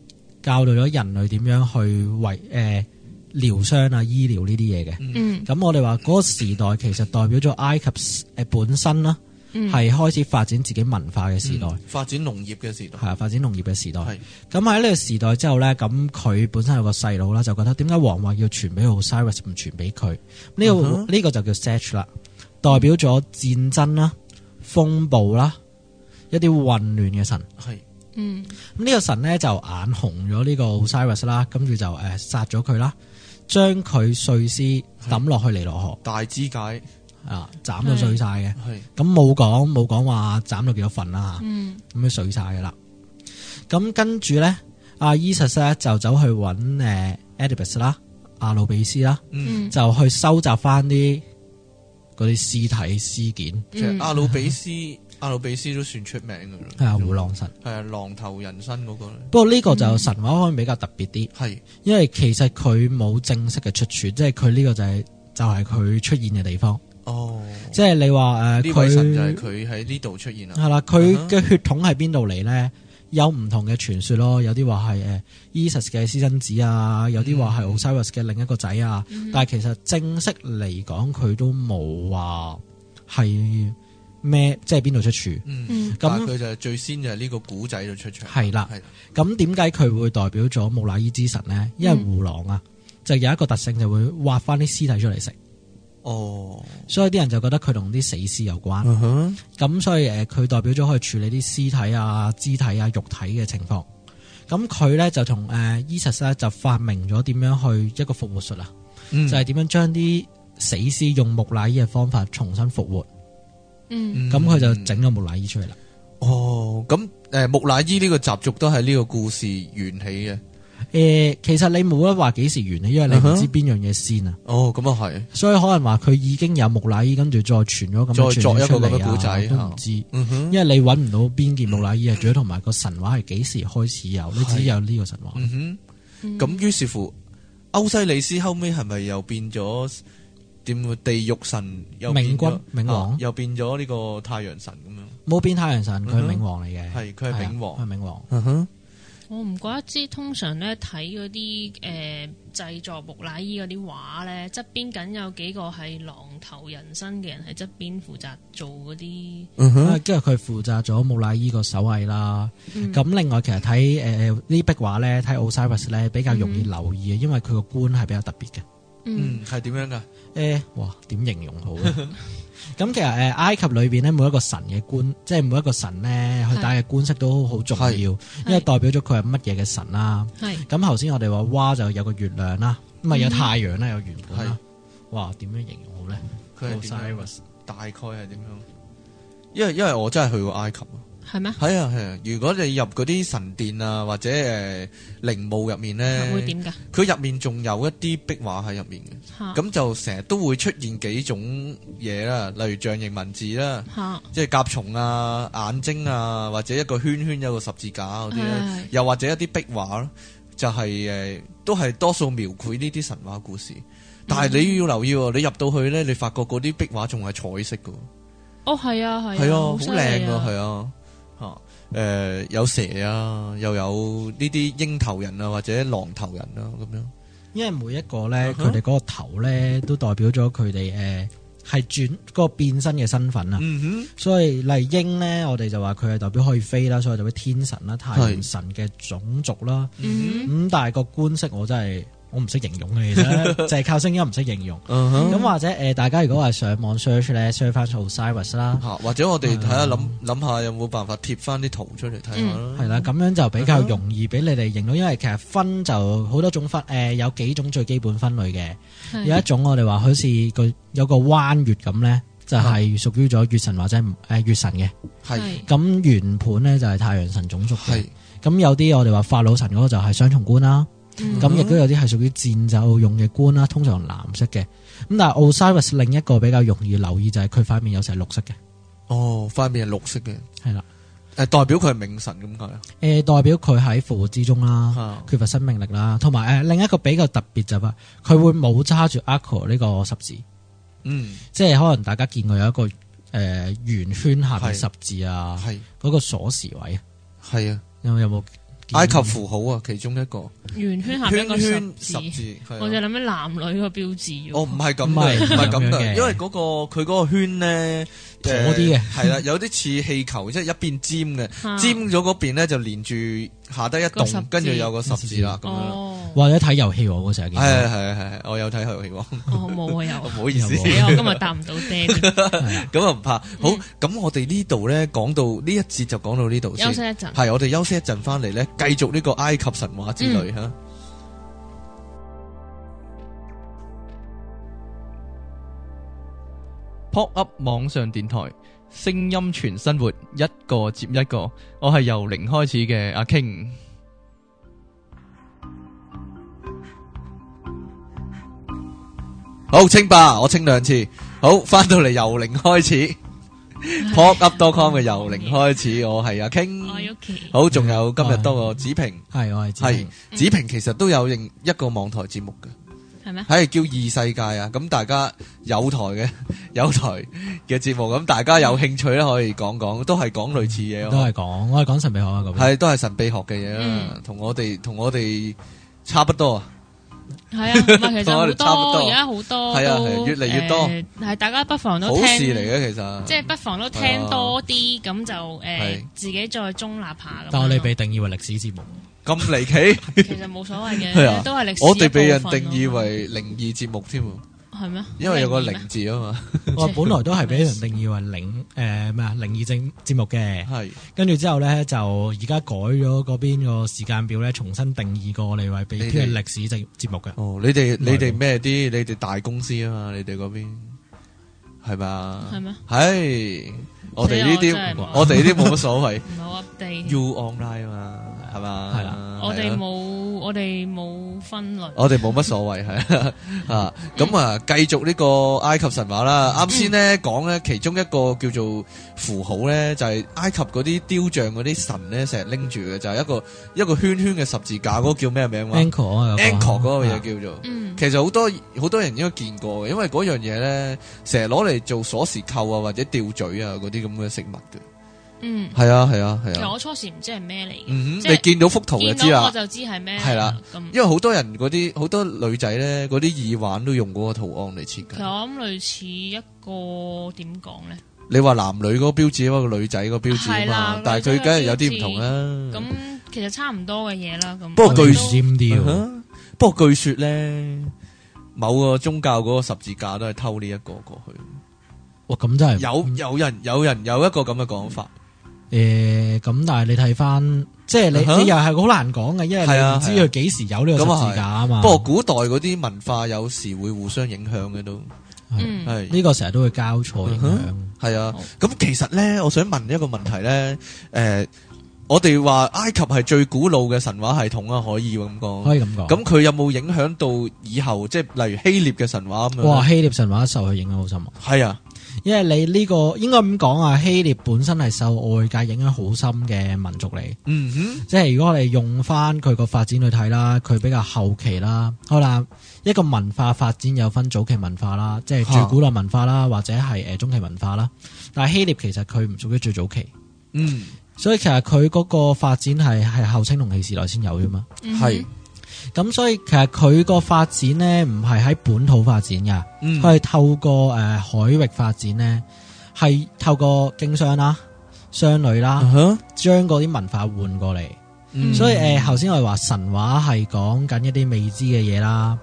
S4: 教導咗人類點樣去為誒療傷啊、醫療呢啲嘢嘅。
S1: 嗯
S4: 咁我哋話嗰個時代其實代表咗埃及誒本身啦，
S1: 嗯
S4: 係、開始發展自己文化嘅時代，係
S3: 嗯發展農業嘅時代
S4: 啊發展農業嘅時代。
S3: 係
S4: 咁喺呢個時代之後呢，咁佢本身有個細佬啦，就覺得點解王位要傳俾 Osiris 唔傳俾佢？呢、個
S3: 嗯
S4: 呢、個就叫 Seth 啦，代表咗戰爭啦、風暴啦、一啲混亂嘅神。
S3: 係
S1: 嗯
S4: 咁呢個神呢，就眼紅咗呢個 Osiris 啦，跟住就誒殺咗佢啦，將佢碎屍抌落去尼羅河
S3: 大肢解係
S4: 啊，斬到碎晒嘅。
S3: 係
S4: 咁冇講冇講話斬到幾多份啦嚇。
S1: 嗯
S4: 咁樣碎晒噶啦。咁跟住咧，阿伊實斯咧就走去揾誒 Oedipus 啦、阿努比斯啦，
S3: 嗯
S1: 嗯
S4: 就去收集翻啲嗰啲屍體屍件，
S3: 其實
S1: 嗯
S3: 阿努比斯阿努比斯都算出名㗎啦，
S4: 係啊胡狼神。
S3: 係啊狼頭人身嗰個咧
S4: 不過呢個
S3: 嗯
S4: 就神話方面比較特別啲，
S3: 係
S4: 因為其實佢冇正式嘅出處，即係佢呢個就係、就係佢出現嘅地方，
S3: 哦
S4: 即係你話誒
S3: 呢位神就係
S4: 佢
S3: 佢喺呢度出現啦。
S4: 係啦，佢
S3: 嗯哼
S4: 嘅血統喺邊度嚟咧？有唔同嘅傳說咯，有啲話係誒 Isis 嘅私生子啊，有啲話
S3: 嗯
S4: 係 Osiris 嘅另一個仔啊，但係其實正式嚟講，佢都冇話係咩，即係邊度出處。
S3: 嗯，
S1: 嗯，
S3: 但
S4: 咁
S3: 係佢就係最先就係呢個古仔就出場，
S4: 係啦
S3: 係啦，
S4: 咁點解佢會代表咗木乃伊之神呢？因為
S1: 嗯
S4: 胡狼啊，就有一個特性就會挖翻啲屍體出嚟食，
S3: 哦，
S4: 所以啲人就覺得佢同啲死屍有關。
S3: 嗯哼，
S4: 咁所以誒，呃佢代表咗可以處理啲屍體啊、肢體啊、肉體嘅情況。咁佢咧就同呃誒 Esus 咧就發明咗點樣去一個復活術啊，
S3: 嗯
S4: 就係點樣將啲死屍用木乃伊嘅方法重新復活。
S1: 嗯，
S3: 嗯
S4: 咁佢就整咗木乃伊出嚟啦。
S3: 哦，咁誒木乃伊呢個習俗都係呢個故事緣起嘅。
S4: 誒，呃其實你冇得話幾時完啊，因為你唔
S3: 嗯哼
S4: 知邊樣嘢先啊，
S3: 哦，咁啊係，
S4: 所以可能話佢已經有木乃伊，跟住再傳咗咁樣
S3: 再
S4: 傳
S3: 作
S4: 咗
S3: 一個
S4: 出嚟
S3: 咁嘅
S4: 啊
S3: 故仔
S4: 都唔知。
S3: 嗯哼，
S4: 因為你揾唔到邊件木乃伊啊，仲有同埋個神話係幾時開始有，你只有呢個神話。
S3: 嗯哼，咁於是乎，歐西里斯後尾係咪又變咗點會地獄神，又變咗
S4: 冥君冥王
S3: 啊又變咗呢個太陽神咁樣？
S4: 冇變太陽神，佢
S3: 嗯哼
S4: 係冥王嚟嘅，
S3: 係佢係
S4: 啊
S3: 冥王
S4: 佢係冥王。
S3: 嗯哼，
S1: 我唔怪得知，通常咧睇嗰啲誒製作木乃伊嗰啲畫咧，側邊梗有幾個係狼頭人身嘅人喺側邊負責做嗰啲，
S3: 嗯
S4: 啊，跟住佢負責咗木乃伊個手藝啦。
S3: 嗯
S4: 咁另外其實睇誒呢壁畫咧，睇 Osiris 咧比較容易留意啊嘅，因為佢個冠係比較特別嘅。
S1: 嗯
S3: 嗯，係點樣噶？嗯
S4: 誒，哇，點形容好咧？ 咁其實誒埃及裏邊咧，每一個神嘅冠，即係每一個神咧，佢戴嘅冠飾都好重要，
S3: 係
S4: 因為代表咗佢係乜嘢嘅神啦。
S1: 係
S4: 咁頭先我哋話蛙就有個月亮啦，咁啊
S3: 嗯
S4: 有太陽啦，有原本啦。哇，點樣形容好咧
S3: 佢係點樣㗎
S4: ？Osiris
S3: 大概係點樣？因為因為我真係去過埃及啊。
S1: 係咩？
S3: 係啊係啊，如果你入嗰啲神殿啊或者誒陵墓入面咧，
S1: 會點㗎？
S3: 佢入面仲有一啲壁畫喺入面嘅，
S1: 嚇
S3: 咁就成日都會出現幾種嘢啦，例如象形文字啦，
S1: 嚇
S3: 即係甲蟲啊、眼睛啊，或者一個圈圈有個十字架嗰啲咧
S1: 係，
S3: 又或者一啲壁畫咯，就係、誒、都係呃多數描繪呢啲神話故事。但係你要留意喎，你入到去咧，你發覺嗰啲壁畫仲係彩色嘅喎。
S1: 哦係啊係
S3: 係啊，
S1: 好
S3: 好
S1: 犀
S3: 靚
S1: 利
S3: 啊，係啊，吓诶、誒有蛇啊，又有呢啲鷹頭人啊，或者狼頭人啊，咁樣。
S4: 因為每一個咧，
S3: 嗯
S4: 佢
S3: 哼
S4: 哋嗰個頭咧都代表咗佢哋誒係轉嗰個變身嘅身份啊。
S3: 嗯
S4: 所以例如鷹咧，我哋就話佢係代表可以飛啦，所以代表天神啦、太陽神嘅種族啦。
S1: 嗯
S4: 咁但係個官式我真係我唔識形容嘅，其 實就係靠聲音唔識形容。
S3: 哼，嗯哼，
S4: 咁或者誒，大家如果話上網 search 咧，search 翻 Osiris 啦，
S3: 吓或者我哋睇下諗諗下有冇辦法貼翻啲圖出嚟睇下啦。
S4: 係啦，咁樣就比
S3: 嗯
S4: 較容易俾你哋認到，因為其實分就好多種分，誒有幾種最基本分類嘅。
S3: 嗯
S1: 係
S4: 有一種我哋話好似個有個彎月咁咧，就係屬於咗月神或者誒月神嘅。
S3: 係
S4: 咁原本咧就係太陽神種族嘅。
S3: 係
S4: 咁有啲我哋話法老神嗰個就係雙重冠啦。
S1: 嗯
S4: 咁亦都有啲係屬於戰鬥用嘅冠啦，通常藍色嘅。咁但係 Osiris 另一個比較容易留意就係佢塊面有時係綠色嘅，
S3: 哦，塊面係綠色嘅，
S4: 係啦。
S3: 诶，代表佢係冥神咁解啊。
S4: 誒、代表佢喺復活之中啦。
S3: 嚇
S4: 缺乏生命力啦，同埋誒另一個比較特別就係佢會冇揸住 a c o 呢個十字，
S3: 嗯，
S4: 即係可能大家見過有一個誒、呃、圓圈下
S3: 係
S4: 面十字啊，
S3: 係
S4: 嗰個鎖匙位啊，
S3: 係啊，
S4: 有有冇見過？
S3: 埃及符號啊，其中一個
S1: 圓圈下面
S3: 圈
S1: 一個
S3: 圈十
S1: 字，
S3: 字，係啊
S1: 我就諗起男女個標誌喎
S3: 哦，唔係咁
S4: 唔係
S3: 嘅，唔係咁
S4: 咁樣嘅
S3: 嘅，因為嗰、個佢嗰個圈咧，
S4: 妥
S3: 誒
S4: 啲嘅
S3: 係啦，有啲似氣球，即係一邊尖嘅，
S1: 啊
S3: 尖咗嗰邊咧就連住下低一
S1: 個十字
S3: 棟，跟住有個十字啦，咁樣啦。
S1: 哦，
S4: 或者睇遊戲喎我成日見
S3: 係
S4: 到。
S3: 係係係，係我有睇《遊戲王》，
S1: 我冇啊
S3: 我 唔
S1: 又，
S3: 好意思
S4: 有，
S1: 死啊我今日答唔到爹添，
S3: 咁啊唔怕。好，咁我哋呢度咧講到呢一節就講到呢度
S1: 休
S3: 先
S1: 息，一陣。
S3: 係我哋休息一陣翻嚟咧，繼續呢個埃及神話之旅
S1: 嗯
S3: 嚇。Pop Up 網上電台，聲音全生活，一個接一個。我係由零開始嘅阿 King。好清吧，我清兩次。好，翻到嚟由零 開始，Pop Up.com 嘅由零開始，我係阿 King。
S1: 我哦 Yuki，
S3: 好，仲有今日多個子平，
S4: 係我係知
S3: 係
S4: 平
S3: 子平其實都有認一個網台節目嘅，
S1: 係咩？
S3: 係叫異世界啊！咁大家有台嘅 有台嘅節目，咁大家有興趣咧可以講講，都係講類似嘢
S4: 都
S3: 咯，
S4: 係講我係講神秘學啊嗰邊。
S3: 係都係神秘學嘅嘢啦
S1: 嗯，
S3: 同我哋同我哋差不多啊！
S1: 係啊，唔 係其實
S3: 我
S1: 好
S3: 哋差唔
S1: 多，
S3: 多
S1: 而家好多
S3: 係啊
S1: 都
S3: 係越嚟越多
S1: 誒係大家不妨都
S3: 好
S1: 聽
S3: 事嚟嘅其實，
S1: 即係不妨都
S3: 係
S1: 聽
S3: 啊
S1: 多啲，咁就誒
S3: 係啊
S1: 自己再中立下咁樣咯。
S4: 但我哋被定義為歷史 節目，
S3: 咁離 奇，
S1: 其實冇所謂
S3: 係啊
S1: 嘅，都係歷史
S3: 我哋被
S1: 一
S3: 人
S1: 部分
S3: 定義
S1: 咯
S3: 為靈異節目添喎，
S1: 係咩？
S3: 因為有個
S1: 靈異咩
S3: 靈字啊嘛，
S4: 我本來都係俾人定義為靈誒咩啊靈異節節目嘅，
S3: 係
S4: 跟住之後咧就而家改咗嗰邊個時間表咧，重新定義過我哋為被
S3: 你哋
S4: 編為歷史節節目嘅。
S3: 哦，你哋你
S4: 唔係
S3: 哋咩啲？你哋大公司啊嘛，你哋嗰邊係嘛？
S1: 係咩？
S3: 係我哋呢
S1: 死啦我真係
S3: 啲
S1: 唔，
S3: 我哋呢啲冇乜所謂。
S1: 唔好 update。
S3: U online 啊嘛，係嘛？
S4: 係啦
S3: 啊
S1: 我哋冇，我哋冇分類。
S3: 我哋冇乜所謂係 啊。咁啊，繼續呢個埃及神話啦。啱先咧講咧，其中一個叫做符號咧，就係埃及嗰啲雕像嗰啲神咧，成日拎住嘅，就係一個一個圈圈嘅十字架，嗰個叫咩名話
S4: Anchor 啊
S3: Anchor 嗰個嘢
S4: 啊
S3: 叫做。
S1: 嗯，
S3: 其實好多好多人應該見過嘅，因為嗰樣嘢咧，成日攞嚟做鎖匙扣啊，或者吊墜啊嗰啲咁嘅食物
S1: 嗯
S3: 嘅。，係啊，係啊，係
S1: 其實
S3: 啊。
S1: 我初時唔知係咩嚟嘅，
S3: 嗯
S1: 即
S3: 哼，
S1: 係
S3: 你見到幅圖就知
S1: 見到我
S3: 啦。
S1: 就知係咩
S3: 係啦。
S1: 咁
S3: 因為好多人嗰啲好多女仔咧，嗰啲耳環都用嗰個圖案嚟設
S1: 其實
S3: 計。
S1: 我諗類似一個點講咧，
S3: 你話男女嗰個標誌啊嘛，個女仔嗰個標誌啊
S1: 係
S3: 嘛
S1: 啦，
S3: 但係佢梗係有啲唔同
S1: 咁
S3: 啦。
S1: 其實差唔多嘅嘢啦。咁
S3: 嗯不過
S4: 我
S1: 我
S4: 哋
S1: 哋都
S3: 據
S4: 唔知點
S3: 嗯
S4: 啲
S3: 哼不過據說咧，某個宗教嗰個十字架都係偷呢一個過去。
S4: 哇咁真係
S3: 有有人有人有一個咁嘅講法。
S4: 誒咁，但係你睇翻，即係你
S3: 啊哈
S4: 你又係好難講嘅，因為你
S3: 係啊
S4: 唔知佢幾時有呢個
S3: 咁啊
S4: 十字架啊嘛。
S3: 不過古代嗰啲文化有時會互相影響嘅都
S4: 係
S1: 嗯
S3: 係
S4: 呢個成日都會交錯影響。
S3: 係啊
S1: 好。
S3: 咁其實咧，我想問一個問題咧，誒，我哋話埃及係最古老嘅神話系統啊，可以咁講。
S4: 可以咁講。
S3: 咁佢有冇影響到以後，即係例如希臘嘅神話咁樣？
S4: 哇，希臘神話受佢影響好深啊，
S3: 係啊，
S4: 因為你呢、個應該咁講啊，希臘本身係受外界影響好深嘅民族嚟，
S3: 嗯哼，
S4: 即係如果我哋用翻佢個發展去睇啦，佢比較後期啦，可能一個文化發展有分早期文化啦，即係最古老文化啦，或者係誒中期文化啦，但係希臘其實佢唔屬於最早期。
S3: 嗯，
S4: 所以其實佢嗰個發展係係後青銅器時代先有啫嘛。
S1: 嗯
S3: 係，
S4: 咁所以其實佢個發展呢，唔係喺本土發展㗎，
S3: 嗯，
S4: 佢係透過誒、呃海域發展呢，係透過經商啦、商旅啦，
S3: 哼，
S4: 將嗰啲文化換過嚟。
S3: 嗯
S4: 啊所以誒頭先我哋話神話係講緊一啲未知嘅嘢啦。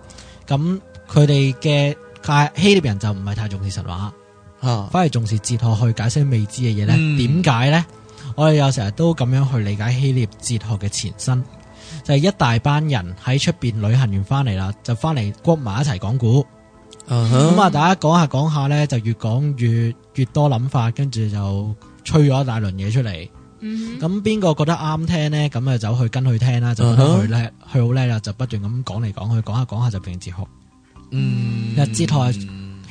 S4: 咁佢哋嘅太希臘人就唔係太重視神話，
S3: 啊，
S4: 反而重視哲學去解釋未知嘅嘢呢？
S3: 嗯
S4: 點解呢？我哋有成日都咁樣去理解希臘哲學嘅前身，就係、一大班人喺出邊旅行完翻嚟啦，就翻嚟谷埋一齊講古。
S3: 啊
S4: 咁
S3: 哈，
S4: 啊、大家講下講下呢，就越講越越多諗法，跟住就吹咗一大輪嘢出嚟。
S1: 嗯哼
S4: 咁邊個覺得啱聽呢？咁啊走去跟佢聽啦，就覺得
S3: 啊
S4: 佢叻，佢好叻啦，就不斷咁講嚟講去，講下講下就變哲學。
S3: 嗯，
S4: 日哲學係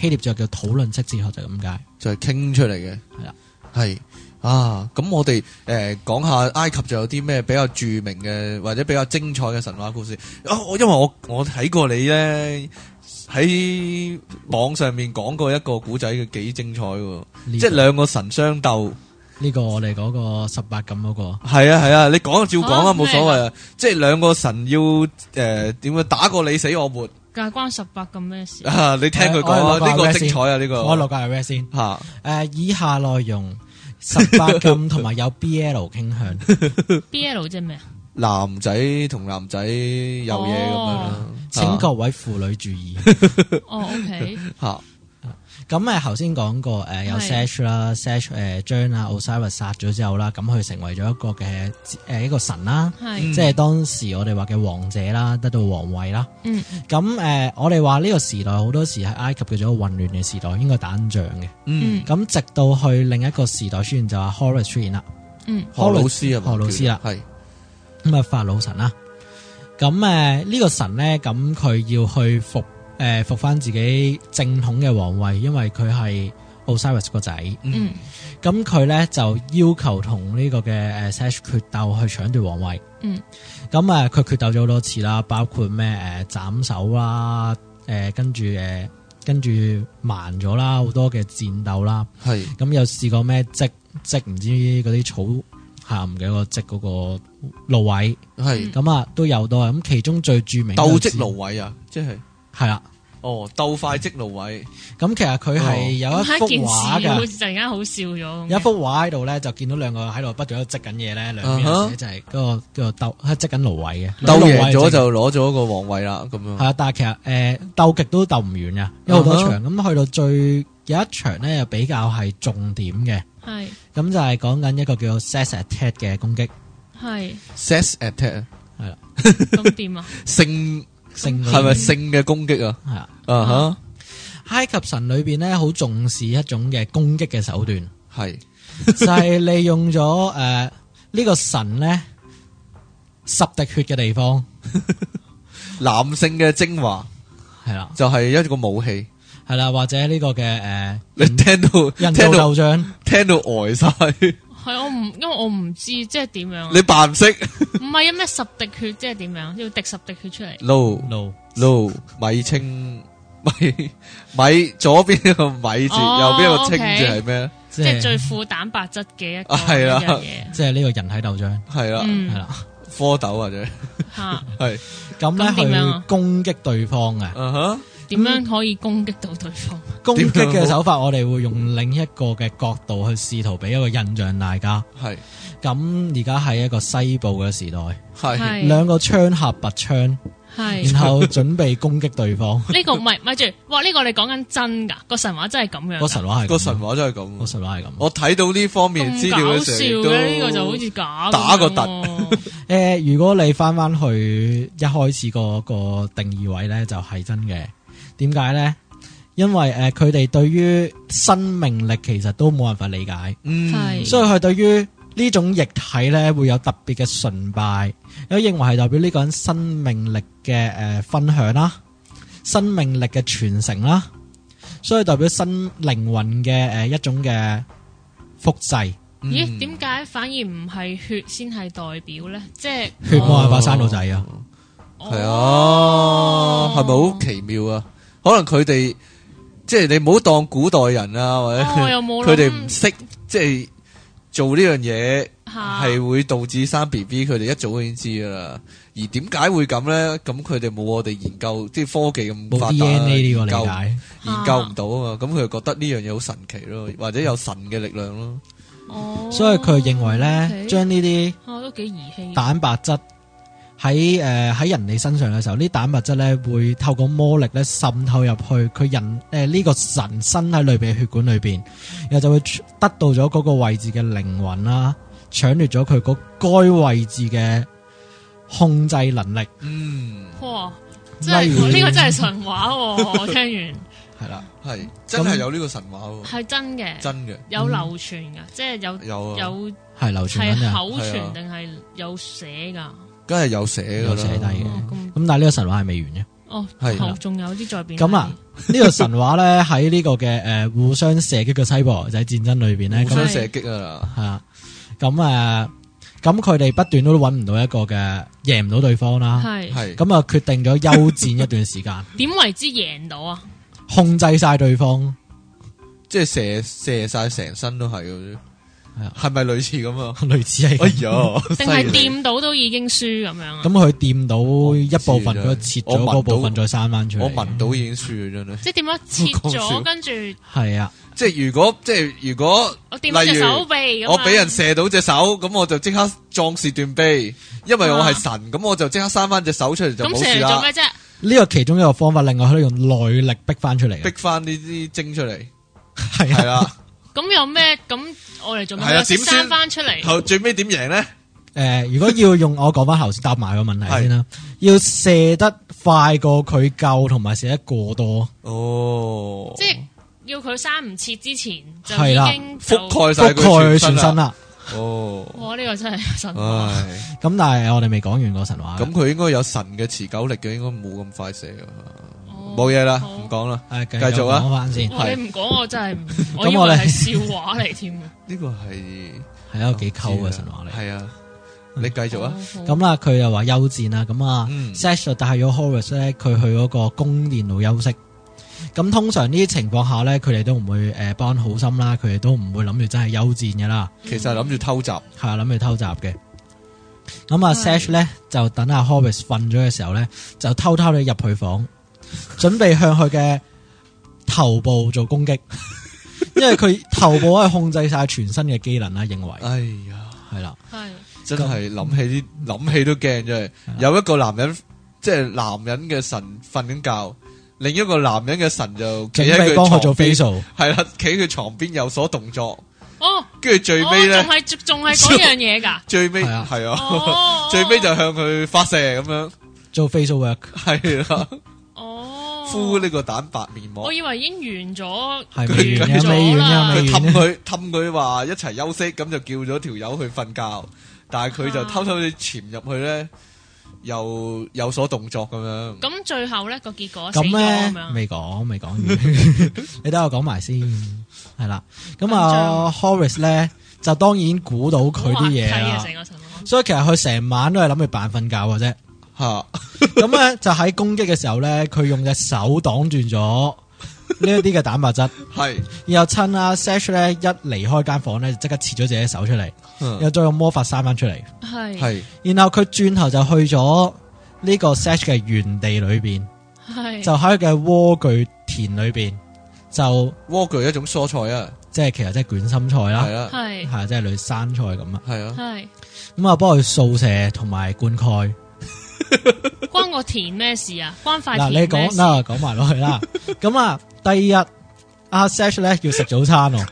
S4: 希臘就叫討論式哲學就係咁解。
S3: 就係傾出嚟嘅，
S4: 係啦，
S3: 係啊，咁我哋誒講下埃及仲有啲咩比較著名嘅或者比較精彩嘅神話故事啊！我因為我我睇過你咧喺網上面講過一個古仔嘅幾精彩喎，
S4: 呢
S3: 即係
S4: 個
S3: 兩個神相鬥，
S4: 呢個我哋嗰個十八禁嗰個。
S3: 係啊係啊，你講就照講啊，
S1: 啊
S3: 冇所謂啊，即係兩個神要誒點樣打過你死我活
S1: 但係關十八咁咩事？
S3: 啊！你聽佢講
S4: 我我
S3: 啊，呢個
S4: 我
S3: 精彩啊呢
S4: 我落
S3: 個
S4: 個 a r 先。誒、
S3: 嚇
S4: 以下內容十八禁同埋有 BL 傾向，
S1: B L 即係咩啊？
S3: 男仔同男仔有嘢咁樣
S1: 哦，
S3: 啦啊
S4: 請各位婦女注意。
S1: 哦，OK，
S3: 嚇。
S4: 咁誒頭先講過誒、有
S1: 係
S4: Sesh 啦，Sesh 誒將阿啊 Osiris 殺咗之後啦，咁佢成為咗一個嘅誒、一個神啦，
S1: 係，
S4: 即係當時我哋話嘅王者啦，得到王位啦。
S1: 嗯，
S4: 咁誒、我哋話呢個時代好多時喺埃及叫做混亂嘅時代，應該打緊仗嘅。
S1: 嗯，
S4: 咁直到去另一個時代出現就話 Horus 出現啦。
S1: 嗯，
S3: 何老師啊，
S4: 何老師啦
S3: 係
S4: 咁啊法老神啦。咁誒呢個神咧，咁佢要去復誒復翻自己正統嘅皇位，因為佢係 Osiris 個仔。
S1: 嗯，
S4: 咁佢咧就要求同呢個嘅誒呃 Sesh 決鬥去搶奪皇位。呃
S1: 嗯。
S4: 咁誒佢決鬥咗好多次啦，包括咩誒斬首啦、誒跟住誒跟住慢咗啦，好多嘅戰鬥啦。
S3: 系
S4: 咁有試過咩積積唔知嗰啲草鹹嘅個積嗰個蘆葦，
S3: 系
S4: 咁啊都有多。咁其中最著名
S3: 斗积芦苇啊，即系
S4: 係啦。
S3: 哦，斗快积芦苇，
S4: 咁其實佢係有一
S1: 咁
S4: 幅
S1: 一件
S4: 畫
S1: 事，
S4: 㗎
S1: 好。似突然間好笑咗咁
S4: 有
S1: 嘅。
S4: 一幅畫喺度咧，就見到兩個喺度不斷喺度織緊嘢咧，兩邊
S3: 啊
S4: 有
S3: 哈
S4: 寫就係嗰個叫做鬥喺織緊蘆葦嘅，
S3: 斗
S4: 蘆
S3: 赢
S4: 葦
S3: 咗
S4: 織緊
S3: 就攞咗個皇位啦，咁
S4: 係
S3: 樣
S4: 啊，但係其實誒鬥極都鬥唔完嘅，有好多場咁去到最有一場咧，又比較係重點嘅，
S1: 係
S4: 咁就係講緊一個叫做 s e s attack 嘅攻擊，
S1: 係
S3: sex attack 啊
S1: 咁點啊？
S3: 性
S4: 性
S3: 係咪性嘅攻擊啊？
S4: 係啊？
S3: 啊
S4: 埃及神裏邊咧，好重視一種嘅攻擊嘅手段，
S3: 哈，系
S4: 就係利用咗誒呢個神咧十滴血嘅地方，
S3: 男性嘅精華
S4: 係啦，
S3: 就係一個武器，
S4: 係啦，或者呢個嘅誒
S3: 你聽到
S4: 印
S3: 聽
S4: 度
S3: 到
S4: 偶像。
S3: 聽到呆晒，
S1: 係我唔，因為我唔知即係點樣啊。
S3: 你扮唔識
S1: 唔係啊咩十滴血即係點樣？要滴十滴血出嚟。
S3: no
S4: No，
S3: no 米清米米左邊個米字，右
S1: 哦
S3: 邊個清字
S1: OK
S3: 係咩？
S4: 即
S1: 即係最
S4: 係
S1: 富蛋白質嘅一個
S3: 係啦
S1: 一樣嘢。
S4: 即係呢個人體豆漿，
S3: 係啦，
S4: 係
S1: 嗯
S4: 啦。
S3: 蝌蚪或者
S1: 吓，
S3: 係
S4: 咁咧
S1: 咁點樣啊
S4: 去攻擊對方嘅
S3: 啊哈，
S1: 點樣可以攻擊到對方？
S4: 攻擊嘅手法，我哋會用另一個嘅角度去試圖俾一個印象大家。
S3: 係
S4: 咁而家係一個西部嘅時代，
S3: 係。
S1: 係
S4: 兩個槍客拔槍，
S1: 係
S4: 然後準備攻擊 對方。
S1: 呢個唔係，咪住，哇！呢個你講緊真㗎，個神話真係咁
S4: 個
S1: 樣㗎，
S4: 神話係咁
S3: 啊個神，話真係咁啊
S4: 個。神話係咁。
S3: 我睇到呢方面資
S1: 咁
S3: 料
S1: 搞
S3: 嘅
S1: 笑
S3: 時候，
S1: 嘅呢個就好
S3: 都
S1: 似假
S3: 打個
S1: 個
S3: 突
S4: 誒，呃如果你翻翻去一開始個個定義位咧，就係真嘅。點解咧？因為誒，佢哋對於生命力其實都冇辦法理解。
S3: 嗯
S1: 係
S4: 所以佢對於呢種液體咧會有特別嘅崇拜，有認為係代表呢個人生命力嘅誒分享啦，生命力嘅傳承啦，所以代表新靈魂嘅誒一種嘅複製，
S3: 哦嗯 Ừ.
S1: 咦？點解反而唔係血先係代表咧？即係
S4: 血冇辦法生到仔啊！
S3: 係
S1: 哦
S3: 啊，係咪好奇妙啊？可能佢哋即係你唔好當古代人 啊，或者
S1: 哦我又冇諗
S3: 佢哋唔識即係做呢樣嘢，
S1: 嚇
S3: 係會導致生 B B，佢哋一早已經知噶啦。而點解會咁咧？咁佢哋冇我哋研究，即係科技咁
S4: 冇
S3: 發達，啊
S4: DNA 呢個理
S3: 研究
S4: 解，
S3: 研究唔到啊嘛。咁佢就覺得呢樣嘢好神奇咯，或者有神嘅力量咯。
S1: 哦
S4: 所以佢認為咧，
S1: OK
S4: 將呢啲
S1: 哦都幾兒戲，
S4: 蛋白質喺誒喺人哋身上嘅時候，呢啲蛋白質咧會透過魔力咧滲透入去佢人誒呃呢、個神身體裏邊嘅血管裏邊，然後就會得到咗嗰個位置嘅靈魂啦，搶奪咗佢嗰該位置嘅控制能力，
S3: 嗯，
S1: 哇！真係
S4: 例如
S1: 呢個真係神話喎！ 我聽完
S4: 係啦。
S3: 係真
S4: 咁
S3: 係有呢個神話喎，
S1: 係真嘅，
S3: 真嘅
S1: 有流傳㗎，即係有
S3: 有啊。
S1: 有
S4: 係流傳
S1: 係
S4: 緊嘅，
S1: 口
S3: 係啊
S1: 傳定係有寫㗎？
S3: 梗係有寫噶
S4: 有寫低嘅
S3: 啦，。
S1: 哦咁
S4: 咁但係呢個神話係未完嘅。
S1: 哦，
S3: 係
S1: 後仲有啲再變
S4: 咁啊，呢個神話咧喺呢個嘅誒互相射擊嘅西部牛仔戰爭裏邊咧，
S3: 互
S4: 咁
S3: 相射擊啊
S4: 系啊，咁啊，咁佢哋不斷都揾唔到一個嘅贏唔到對方啦，
S1: 係
S3: 啦，係
S4: 咁啊決定咗休戰一段時 間，
S1: 點為之贏到啊？
S4: 控制晒對方，
S3: 即係射射晒成身都係嗰啲
S4: 係啊，
S3: 係咪類似咁 啊？
S4: 類似
S3: 哎
S4: 係，
S3: 呀，
S1: 定係
S3: 犀利
S1: 掂到都已經輸咁樣啊
S4: 咁？佢掂到一部分，
S3: 我唔
S4: 佢切
S3: 知
S4: 咗
S3: 我聞到
S4: 嗰部分再生翻出
S3: 我
S4: 嚟，
S3: 聞到已經輸啦，真係。
S1: 即係點樣切
S3: 好搞笑
S1: 咗，跟住
S4: 係啊，
S3: 即係如果即係如果
S1: 我掂咗
S3: 例
S1: 隻
S3: 如
S1: 手臂咁樣啊
S3: 我俾人射到隻手，咁我就即刻壯士斷臂，因為我係神，咁我就即刻生翻隻手出嚟就
S1: 咁
S3: 冇
S1: 射
S3: 事
S1: 嚟做
S3: 啦
S1: 咩，啫？
S4: 呢個其中一個方法，另外佢都用內力逼翻出嚟
S3: 逼
S4: 嘅，
S3: 翻呢啲精出嚟，
S4: 係
S3: 係
S4: 啊，
S3: 啦。
S1: 咁有咩？咁我嚟做咩？
S3: 係啊
S1: 我識
S3: 點先
S1: 生翻出嚟？
S3: 後最尾點贏咧？
S4: 誒，呃如果要用我講翻頭先答埋個問題先啦，要射得快過佢夠，同埋射得過多，
S3: 哦，
S1: 即係要佢生唔切之前就
S4: 係
S1: 已
S4: 啦
S1: 經就
S3: 覆。蓋晒
S4: 覆蓋
S3: 佢啊
S4: 佢全身。啊啦。
S3: 哦，
S1: 哇！呢個真係神話。
S3: 唉。
S4: 咁但係我哋未講完個神話嘅。啊
S3: 咁佢應該有神嘅持久力嘅，應該冇咁快死啊！
S1: 哦
S3: 冇嘢啦，
S1: 好
S3: 唔講啦。
S4: 誒，繼
S3: 繼續啊
S4: 講翻先，
S1: 哇！
S3: 係
S1: 你唔講我真係唔，我
S4: 咁
S1: 以為
S4: 我哋
S1: 係笑話嚟添啊。
S3: 呢個係
S4: 係一個幾溝嘅神話嚟。嗯
S3: 係啊，你繼續啊，
S1: 好，
S4: 咁啦，佢又話休戰啦，咁啊
S3: 嗯
S4: s a s h 就帶咗 Horace 咧，佢去嗰個宮殿度休息。咁通常呢啲情況下咧，佢哋都唔會誒幫好心啦，佢哋都唔會諗住真係休戰嘅啦，
S3: 其實係諗住偷襲，
S4: 係啊諗住偷襲嘅。咁啊 s a s h 咧就等阿 Horace 瞓咗嘅時候咧，就偷偷地入佢房，準備向佢嘅頭部做攻擊，因為佢頭部可以控制晒全身嘅機能啦，認為
S3: 哎呀，
S4: 係啦。
S1: 係
S3: 真係諗起啲諗起都驚，真係
S4: 嗯
S3: 有一個男人即係男人嘅神瞓緊覺，另一個男人嘅神就企
S4: 準
S3: 喺
S4: 備
S3: 佢
S4: 幫佢
S3: 床
S4: 做
S3: 邊，
S4: facial，
S3: 係啦，企喺佢床邊有所動作，
S1: 哦，
S3: 跟住最尾
S1: 哦
S3: 咧
S1: 仲，係仲 係嗰樣嘢㗎。
S3: 最尾
S4: 係啊
S3: 係啊，
S1: 哦
S3: 最尾就向佢發射咁樣，
S4: 做 facial work。
S3: 係啦，
S1: 哦，
S3: 敷呢個蛋白面膜
S1: 我。以為已經完咗，
S4: 係未完嘅未完嘅
S1: 啦
S4: 未
S3: 佢
S4: 完。
S3: 氹佢氹佢話一齊休息，咁就叫咗條友去瞓覺，但係佢就
S1: 啊
S3: 偷偷地潛入去咧，又有所動作咁樣。
S1: 咁最後咧個結果死
S4: 咁
S1: 咗啊咁
S4: 咧
S1: 樣，
S4: 未講未講 完，你等我講 埋先，係啦。咁啊，Horace 咧就當然估到佢啲嘢
S1: 好滑稽啊
S4: 啦
S1: 成，個神話
S4: 所以其實佢成晚都係諗住扮瞓覺嘅啫。
S3: 吓，
S4: 咁咧就喺攻擊嘅時候咧，佢用隻手擋住 咗呢一啲嘅蛋白質，
S3: 係
S4: 然後趁阿 Sash 咧一離開間房咧，就即刻切咗自己手出嚟，
S3: 啊
S4: 然後再用魔法生翻出嚟，
S1: 係
S3: 係
S4: 然後佢轉頭就去咗呢個 Sash 嘅原地裏邊。
S1: 係
S4: 就喺佢嘅莴苣田裏边，就
S3: 莴苣一種蔬菜啊，
S4: 即係其實即係卷心菜啦
S3: 係，啊，
S1: 係
S4: 係即係類似生菜咁啊。
S3: 係啊，
S1: 係
S4: 咁啊，幫佢掃射同埋灌溉。
S1: 關個田咩事啊？關塊
S4: 嗱，
S1: 田
S4: 你
S1: 咩
S4: 講
S1: 事？
S4: 嗱，講埋落去啦。咁啊，第二日阿 Sash 咧要食早餐喎，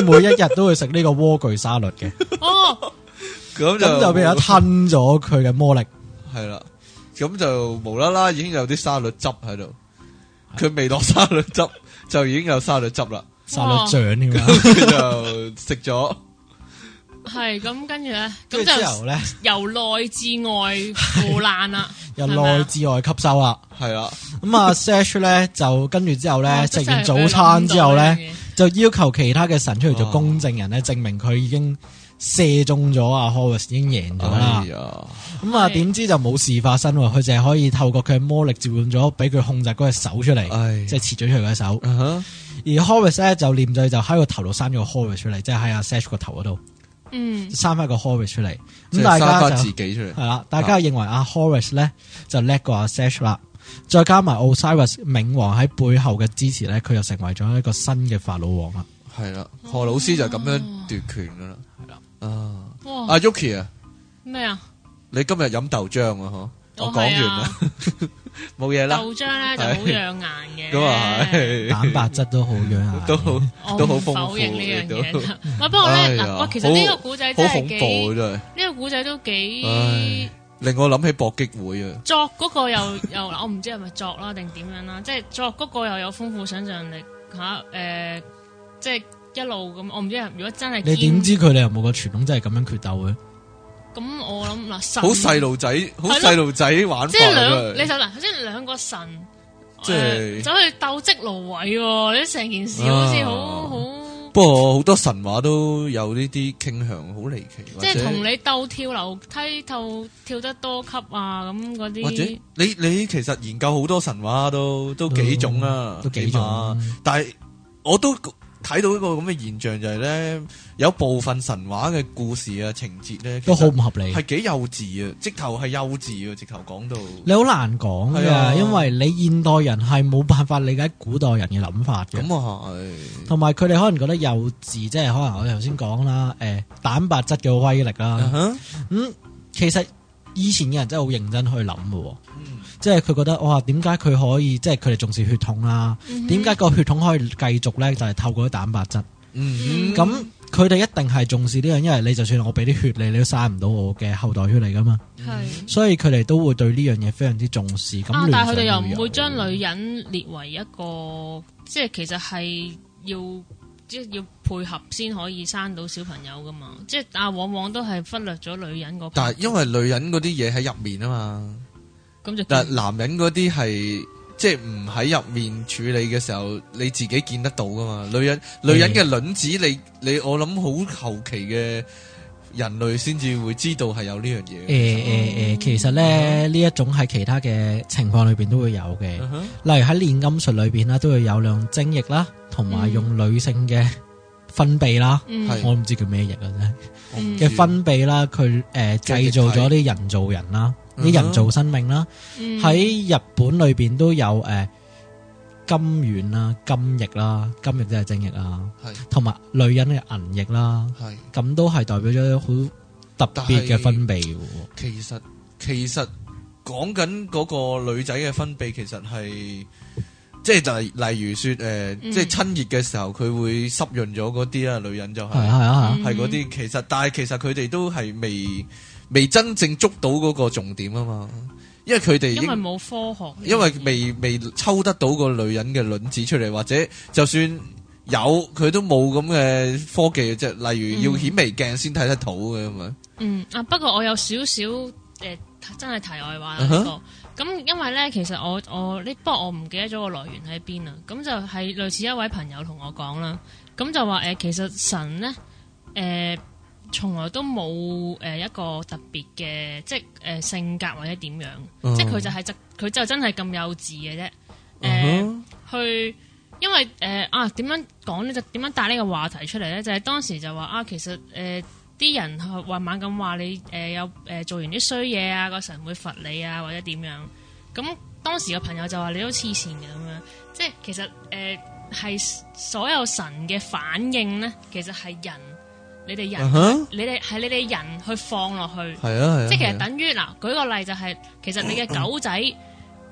S4: 因為每一日都會食呢個莴苣沙律嘅，
S1: 哦，
S3: 咁
S4: 咁就
S3: 就
S4: 變咗吞咗佢嘅魔力。
S3: 係啦，咁就無啦啦已經有啲沙律汁喺度，佢未落沙律汁 就已經有沙律汁啦，
S4: 沙律醬添啊！
S3: 佢就食咗，
S1: 係咁跟住咧，
S4: 跟
S1: 咁
S4: 住之後
S1: 就
S4: 咧，
S1: 由內至外腐爛啦，
S4: 由
S1: 係咪啊
S4: 內至外吸收啦。
S3: 係啦，
S4: 咁啊，Sash 咧就跟住之後咧，
S1: 哦
S4: 食
S1: 真係
S4: 完早餐之後咧。就要求其他嘅神出嚟做
S3: 哦
S4: 公證人咧，證明佢已經射中咗啊 Horace 已經贏咗啦
S3: 哎。呀，
S4: 咁啊，
S1: 係
S4: 點知就冇事發生喎，佢淨係可以透過佢嘅魔力召喚咗，俾佢控制嗰隻手出嚟，
S3: 唉，
S4: 即係切咗佢嘅手。
S3: 啊哈
S4: 而 Horace 咧就念罪就喺個頭度生咗個 Horace 出嚟，即係喺阿 Sash 個頭嗰度
S1: 嗯
S4: 生翻個 Horace 出嚟。
S3: 即
S4: 咁
S3: 係
S4: 大
S3: 生
S4: 家
S3: 翻
S4: 就
S3: 自己出嚟
S4: 係。啦，大家認為阿 Horace 咧就叻過阿 Sash 啦。再加埋 Osiris 冥王喺背後嘅支持咧，佢又成為咗一個新嘅法老王啦。
S3: 系啦，何老師就咁樣奪權噶啦。
S4: 係啦，
S3: 啊，
S1: 哇
S3: 阿 Yuki 啊，
S1: 咩啊？
S3: 你今日飲豆漿啊？嗬，我
S1: 哦
S3: 講完
S1: 係
S3: 啦
S1: 啊，
S3: 冇嘢啦。
S1: 豆漿咧就好養顏嘅，
S3: 咁啊 係，
S4: 蛋白質都好樣啊！
S3: 都好
S1: 我唔
S3: 都好豐
S1: 否
S3: 富，
S1: 認呢樣
S3: 亦都
S1: 嘢 啦。喂，不過
S3: 哎
S1: 咧，
S3: 呀
S1: 嗱，喂，其實呢個古仔真
S3: 好恐
S1: 係
S3: 怖啊
S1: 幾，
S3: 真係，
S1: 呢個古仔都幾
S3: 唉令我諗起搏擊會啊。
S1: 作嗰個又 又嗱，我唔知係咪作啦定點樣啦，即係作嗰個又有豐富想像力吓，誒，即係一路咁，我唔知係如果真係
S4: 你點
S1: 堅
S4: 知佢哋有冇個傳統真係咁樣決鬥嘅？
S1: 咁，我諗嗱，神
S3: 好細路仔，好細路仔玩
S1: 即
S3: 法
S1: 係
S3: 啊
S1: 兩，你
S3: 真係
S1: 就嗱，即係兩個神，
S3: 即
S1: 誒
S3: 係
S1: 走去鬥積蘆葦喎，你成件事好似好
S3: 啊
S1: 好，
S3: 不過好多神話都有呢啲傾向，好離奇。
S1: 即係同你鬥跳樓梯、鬥跳得多級啊咁嗰
S3: 或者或者
S1: 啲，
S3: 你你其實研究好多神話都都幾種啊，
S4: 嗯都幾
S3: 起碼
S4: 種。
S3: 但系我都睇到一個咁嘅現象，就係咧有部分神話嘅故事啊、情節咧，
S4: 都好唔合理
S3: 係。幾幼稚啊！直頭係幼稚啊！直頭講到
S4: 你好難講
S3: 係
S4: 嘅，
S3: 啊
S4: 因為你現代人係冇辦法理解古代人嘅諗法嘅，
S3: 咁啊係
S4: 同埋佢哋可能覺得幼稚，即係可能我頭先講啦，誒、蛋白質嘅威力
S3: 啊
S4: 啦，
S3: 哈
S4: 咁、其實以前嘅人真係好認真去諗嘅喎，
S3: 嗯
S4: 即係佢覺得哇點解佢可以，即係佢哋重視血統啦，點解個血統可以繼續呢？就係、透過啲蛋白質。
S3: 嗯
S4: 咁佢哋一定係重視呢樣，因為你就算我俾啲血你，你都生唔到我嘅後代血嚟噶嘛，
S1: 係。
S4: 所以佢哋都會對呢樣嘢非常之重視。咁、
S1: 啊！但係佢哋又
S4: 聯想
S1: 唔
S4: 會
S1: 會
S4: 有
S1: 將女人列為一個，即係其實係要即係要配合先可以生到小朋友噶嘛。即係但係往往都係忽略咗女人嗰 part。
S3: 但係因為女人嗰啲嘢喺入面啊嘛，
S1: 咁就
S3: 但係男人嗰啲係即係唔喺入面處理嘅時候，你自己
S4: 嗯
S3: 見得到噶嘛。女人女人嘅卵子，你你我諗好後期嘅人類先至會知道係有呢樣嘢
S4: 誒
S1: 哦
S4: 誒誒，其實咧呢一種喺其他嘅情況裏邊都會有嘅，例
S3: 嗯哼
S4: 如喺煉金術裏邊啦，都會有量精液啦，同埋
S1: 嗯
S4: 用女性嘅分泌啦，
S1: 嗯
S3: 係
S4: 我唔知叫咩液啊真係。
S3: 我唔知
S4: 嘅分泌啦，佢誒製造咗啲人造人啦，
S3: 嗯哼
S4: 啲人造生命啦，
S1: 嗯
S4: 喺日本裏邊都有誒金元啦、金液啦、金液即係精液啦，
S3: 係
S4: 同埋女人嘅銀液啦，
S3: 係
S4: 咁都係代表咗好特別嘅分泌嘅喎。
S3: 其實其實講緊嗰個女仔嘅分泌，其實係即係就係例如說誒，
S1: 嗯
S3: 即係親熱嘅時候，佢會濕潤咗嗰啲啦，女人就
S4: 係
S3: 係
S4: 啊係啊係啊
S1: 嗯
S3: 係嗰啲。其實但係其實佢哋都係未未真正捉到嗰個重點啊嘛，因為佢哋
S1: 因為
S3: 應
S1: 冇科學，
S3: 因為未未抽得到個女人嘅卵子出嚟，或者就算。有佢都冇咁嘅科技，即係例如要
S1: 嗯
S3: 顯微鏡先睇得到嘅咁樣。
S1: 嗯啊，不過我有少少誒，真係題外話啦
S3: 嗯哼
S1: 呢個。咁因為咧，其實我我呢，不過我唔記得咗個來源喺邊啦。咁就係類似一位朋友同我講啦，咁就話誒、呃其實神咧誒、從來都冇誒、一個特別嘅，即係誒、呃性格或者點樣，
S3: 嗯
S1: 即係佢就係、佢就真係咁幼稚嘅啫。呃誒、
S3: 嗯
S1: 去，因為誒、呃啊點樣講呢？就點樣帶呢個話題出嚟咧？就係、當時就話啊，其實誒啲、人係話猛咁話你誒、呃有誒、呃做完啲衰嘢啊，個神會罰你啊，或者點樣？咁當時個朋友就話你都黐線嘅咁樣，即係其實誒係、所有神嘅反應咧，其實係人，你哋人
S3: 嗯哼
S1: 你哋係你哋人去放落去。
S3: 係啊係啊，
S1: 即係其
S3: 係啊
S1: 實等於嗱，舉個例就係、其實你 嘅狗仔誒、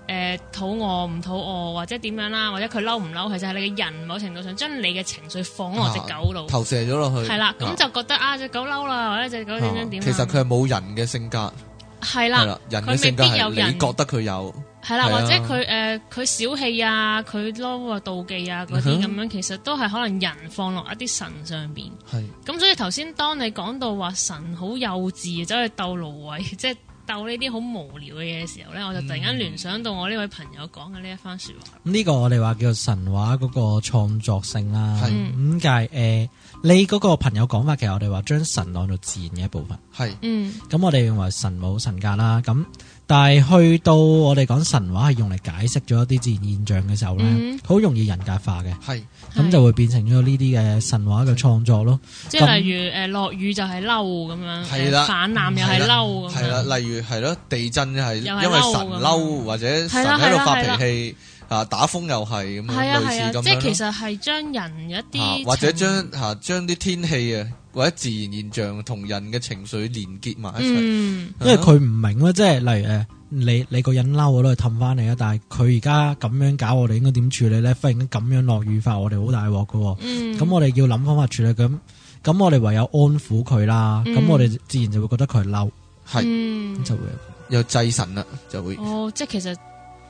S1: 呃肚餓唔肚餓，或者點樣啦，或者佢嬲唔嬲，其實係你嘅人某程度上將你嘅情緒放落只狗度，
S3: 投射咗落去。
S1: 係啦、
S3: 啊
S1: 咁就覺得啊只狗嬲啦，或者只狗點樣點
S3: 啊
S1: 啦，
S3: 其實佢係冇人嘅性格，
S1: 係
S3: 係
S1: 啦
S3: 啦，，人
S1: 佢
S3: 嘅
S1: 未
S3: 性格
S1: 必有
S3: 係
S1: 人
S3: 你覺得佢有，
S1: 係啦，
S3: 係啊
S1: 或者佢誒佢小氣啊，佢嬲啊，妒忌啊嗰啲
S3: 嗯哼
S1: 咁樣，其實都係可能人放落一啲神上邊。
S3: 係
S1: 咁所以頭先當你講到話神好幼稚，走去鬥蘆葦， 即係鬥呢啲好無聊嘅嘢嘅時候咧，我
S3: 嗯
S1: 就突然間聯想到我呢位朋友講嘅呢一番説話。
S4: 咁呢個我哋話叫神話嗰個創作性啦。
S3: 係
S4: 咁但係誒，你嗰個朋友講法其實我哋話將神當做自然嘅一部分。
S3: 係
S1: 嗯
S4: 咁我哋認為神冇神格啦，咁但係去到我哋講神話係用嚟解釋咗一啲自然現象嘅時候
S1: 嗯
S4: 呢，好、容易人格化嘅，
S3: 係
S4: 咁
S1: 係
S4: 就會變成咗呢啲嘅神話嘅創作咯。
S1: 即係例如誒落雨就係嬲咁樣，
S3: 係
S1: 誒
S3: 啦
S1: 泛濫又係嬲咁
S3: 係
S1: 樣。
S3: 啦，例如係咯，地震係因
S1: 又係
S3: 為神
S1: 嬲咁
S3: 嬲或者神
S1: 係啦
S3: 喺
S1: 係啦
S3: 度發
S1: 係
S3: 脾氣啊，打風又係咁
S1: 係
S3: 樣
S1: 啊
S3: 類
S1: 係啊，
S3: 似咁
S1: 即係其
S3: 樣咯
S1: 實係將人有一
S3: 啊
S1: 啲
S3: 或者
S1: 情
S3: 將吓將啲天氣啊或者自然現象同人嘅情緒連結埋一齊，
S1: 嗯
S4: 因為佢唔明咧，即係例如誒，你你個人嬲我都係氹翻你啊，但係佢而家咁樣搞我哋應該點處理呢？忽然間咁樣落雨法，我哋好大鑊㗎喎。
S1: 嗯
S4: 咁、我哋要諗方法處理咁。咁我哋唯有安撫佢啦，咁、
S1: 嗯
S4: 我哋自然就會覺得佢係嬲，
S3: 係
S1: 嗯
S4: 就會
S3: 有祭神啦就會
S1: 哦，即係其實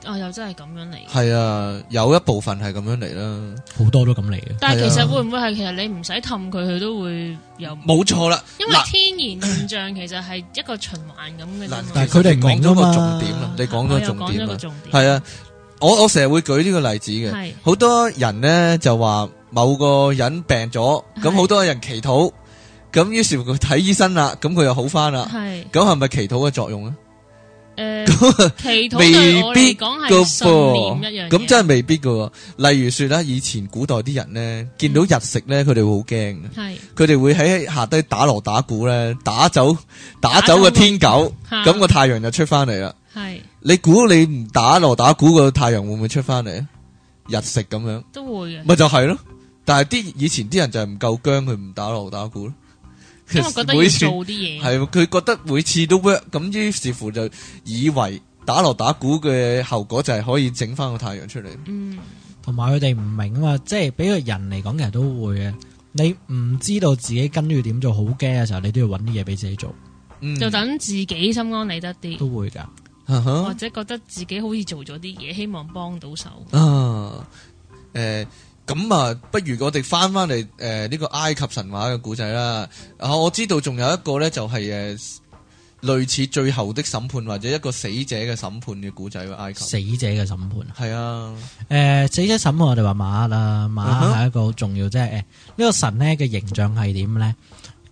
S1: 啊又真係咁樣嚟嘅。
S3: 係啊，有一部分係咁樣嚟啦。
S4: 好多都咁嚟嘅。
S1: 但係
S3: 係啊
S1: 其實會唔會係其實你唔使氹佢，佢都會有
S3: 冇錯啦，
S1: 因為天然現象其實係一個循環咁嘅啫嘛
S3: 嗱，
S4: 但係佢哋唔
S3: 講
S4: 明
S3: 咗
S4: 㗎嘛
S3: 個重點啦，你講
S1: 我又
S3: 咗重
S1: 講
S3: 點
S1: 咗個
S3: 啦。
S1: 重點，
S3: 系啊，我我成日會舉呢個例子嘅。
S1: 係
S3: 好多人呢就話某個人病咗，咁
S1: 係
S3: 好多人祈禱，咁於是乎佢睇醫生啦，咁佢又好翻啦。
S1: 係
S3: 咁係咪祈禱嘅作用咧？
S1: 誒，祈禱
S3: 未
S1: 對我嚟
S3: 必
S1: 講
S3: 個
S1: 係信念一樣嘢
S3: 噃，咁真係未必噶。例如說啦，以前古代啲人呢，見
S1: 嗯
S3: 到日食呢，佢哋會好驚嘅，
S1: 係
S3: 佢哋會喺下低打鑼打鼓呢，打走
S1: 打
S3: 打走個
S1: 走個
S3: 天狗，
S1: 嚇
S3: 咁個太陽就出翻嚟啦。
S1: 係
S3: 你估你唔打鑼打鼓個太陽會唔會出翻嚟啊？日食咁樣，
S1: 都會嘅，
S3: 咪就係咯。但係啲以前啲人就係唔夠姜，佢唔打鑼打鼓咯。
S1: 因為覺得要
S3: 啊每次
S1: 做啲嘢，
S3: 係佢覺得每次都 work，咁於是乎就以為打鑼打鼓嘅後果就係可以整翻個太陽出嚟。
S1: 嗯
S4: 同埋佢哋唔明啊嘛，即係俾個人嚟講，其實都會嘅。你唔知道自己跟住點做好驚嘅時候，你都要揾啲嘢俾自己做，
S3: 嗯，
S1: 就等自己心安理得啲，
S4: 都會㗎。
S3: 啊
S1: 或
S3: 哈
S1: 者覺得自己好似做咗啲嘢，希望幫到手。
S3: 啊，誒咁啊，不如我哋翻翻嚟誒呢個埃及神話嘅古仔啦。啊，我知道仲有一個呢，就係、誒、類似最後的審判或者一個死者嘅審判嘅古仔喎。埃及
S4: 死者嘅審判，誒、
S3: 係啊，
S4: 呃死者審判我哋話馬啦，馬
S3: 嗯哼
S4: 呃係一個好重要，即係誒呢個神呢嘅形象係點呢？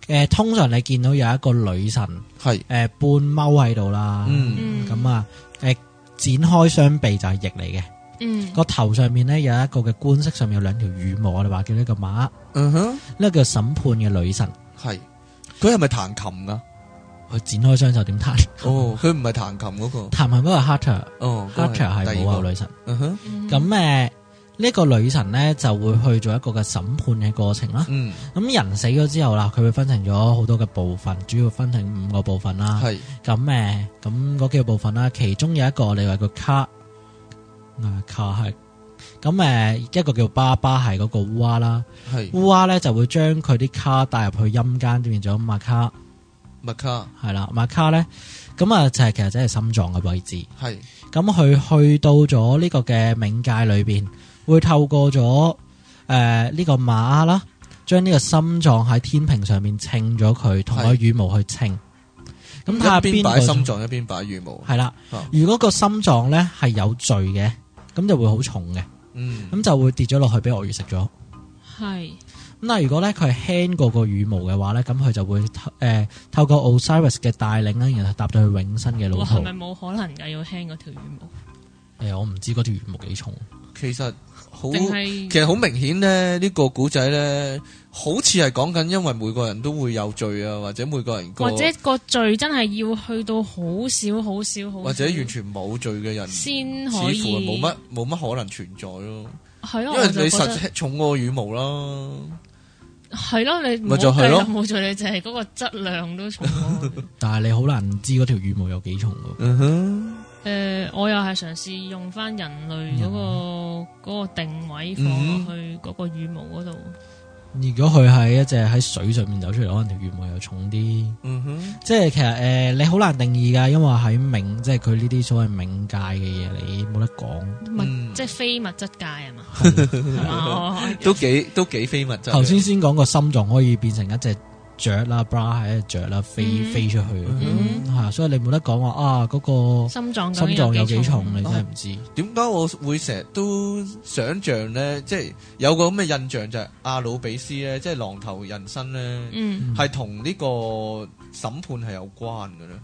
S4: 诶、通常你見到有一個女神
S3: 系
S4: 诶、誒半踎喺度啦，
S3: 嗯
S1: 嗯
S4: 咁啊诶展開雙臂就係翼嚟嘅，
S1: 嗯
S4: 個頭上面咧有一個嘅冠飾上面有兩條羽毛，我哋話叫呢個馬，
S3: 嗯哼
S4: 呢個叫審判嘅女神，
S3: 系，佢系咪彈琴噶？
S4: 佢展開雙手 點彈？
S3: 哦，佢唔係彈琴嗰個，
S4: 彈琴嗰個 Hatter，Hatter
S3: 哦，嗰個係
S4: 係
S3: 第
S4: 冇
S3: 二個
S4: 有女神。
S3: 嗯哼，
S4: 咁誒呢個女神咧就會去做一個嘅審判嘅過程啦。
S3: 嗯，
S4: 咁人死咗之後啦，佢會分成咗好多嘅部分，主要分成五個部分啦。
S3: 係
S4: 咁誒，咁嗰幾個部分啦，其中有一個你話叫卡，啊卡係，咁誒一個叫巴巴係嗰個烏鴉啦，
S3: 係
S4: 烏鴉咧就會將佢啲卡帶入去陰間，變咗馬卡，
S3: 麥卡
S4: 係啦，馬卡咧，咁啊就係其實即係心臟嘅位置。
S3: 係
S4: 咁佢去到咗呢個嘅冥界裏邊，會透過咗誒呢個馬啦，將呢個心臟喺天平上面稱咗佢，同
S3: 係
S4: 佢羽毛去稱。咁睇下
S3: 一邊
S4: 邊
S3: 擺
S4: 個
S3: 心臟一邊擺羽毛，
S4: 係啦
S3: 啊。
S4: 如果個心臟呢係有罪嘅，咁就會好重嘅，
S3: 嗯，
S4: 咁就會跌咗落去俾鱷魚食咗。
S1: 系
S4: 咁但係如果咧佢係輕過個羽毛嘅話咧，咁佢就會透誒、透過 Osiris 嘅帶領咧，然後踏到去永生嘅路
S1: 哇，
S4: 途。
S1: 系
S4: 誒
S1: 咪、冇可能噶？要輕嗰條羽毛，
S4: 我唔知嗰條羽毛幾重。
S3: 其實好。
S1: 定係
S3: 其實好明顯咧，呢、個个古仔咧，好似係講緊，因為每個人都會有罪啊，或者每個人個
S1: 或者個罪真係要去到好少好少好少，
S3: 或者完全冇罪嘅人，似
S1: 先
S3: 乎
S1: 可以，
S3: 係冇乜冇乜可能存在咯。
S1: 係
S3: 因
S1: 咯，
S3: 為
S1: 我就
S3: 你
S1: 覺得
S3: 實重過羽毛啦，
S1: 係咯，你
S3: 咪就係
S1: 係
S3: 咯
S1: 冇罪，你就係嗰個質量都重過我。
S4: 但係你好難知嗰條羽毛有幾重喎。
S3: 嗯哼，
S1: 誒，我又係嘗試用翻人類嗰
S3: 嗯
S1: 個嗰個定位放落去嗰個羽毛嗰度，
S3: 嗯
S4: 如果佢係一隻喺水上面走出嚟，可能條羽毛又重啲。
S3: 嗯哼，
S4: 即係其實誒、呃你好難定義㗎，因為喺冥，即係佢呢啲所謂冥界嘅嘢，你冇得講。
S1: 物
S3: 嗯
S1: 即係非物質界係 嘛？係嘛？我
S3: 都幾都幾非物質嘅。
S4: 頭先先講個心臟可以變成一隻雀啦，bra 係一隻雀啦，飛、
S1: 嗯
S4: 飛出去嘅，嚇、
S1: 嗯
S4: 所以你冇得講話啊嗰、個
S1: 心臟究
S4: 心
S1: 竟
S4: 臟有
S1: 幾
S4: 幾重，你
S1: 重？啊
S4: 真係唔知。
S3: 點解我會成日都想像咧？即係有個咁嘅印象就係阿努比斯咧，即係狼頭人身咧，
S1: 嗯，
S3: 係同呢個審判係有關嘅咧。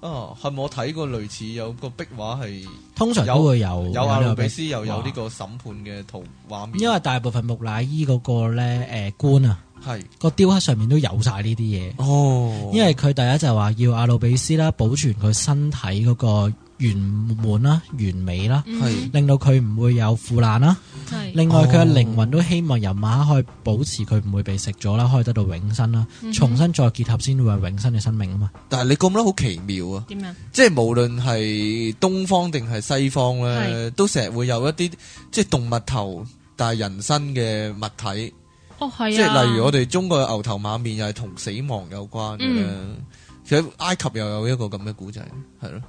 S3: 啊，係咪我睇過類似有個壁畫係
S4: 通常都會有
S3: 有啊阿努
S4: 呢個
S3: 比
S4: 比
S3: 斯又有呢個審判嘅圖畫面？
S4: 因為大部分木乃伊嗰個咧誒官啊，
S3: 係
S4: 個雕刻上面都有晒呢啲嘢。
S3: 哦
S4: 因為佢第一就話要阿努比斯啦，保存佢身體嗰個圓滿啦、完美啦，
S1: 嗯
S3: 係
S4: 令到佢唔會有腐爛啦。
S1: 係
S4: 另外佢嘅
S3: 哦
S4: 靈魂都希望由馬可以保持佢唔會被食咗啦，可以得到永生啦，
S1: 嗯哼
S4: 重新再結合先會有永生嘅生命啊嘛。
S3: 但係你覺唔覺得好奇妙啊？
S1: 點樣？
S3: 即係無論係東方定係西方咧，都成日會有一啲即係動物頭但係人身嘅物體。
S1: 哦，係啊，
S3: 即係例如我哋中國嘅牛頭馬面又係同死亡有關嘅咧。
S1: 嗯
S3: 其實埃及又有一個咁嘅古仔，係咯，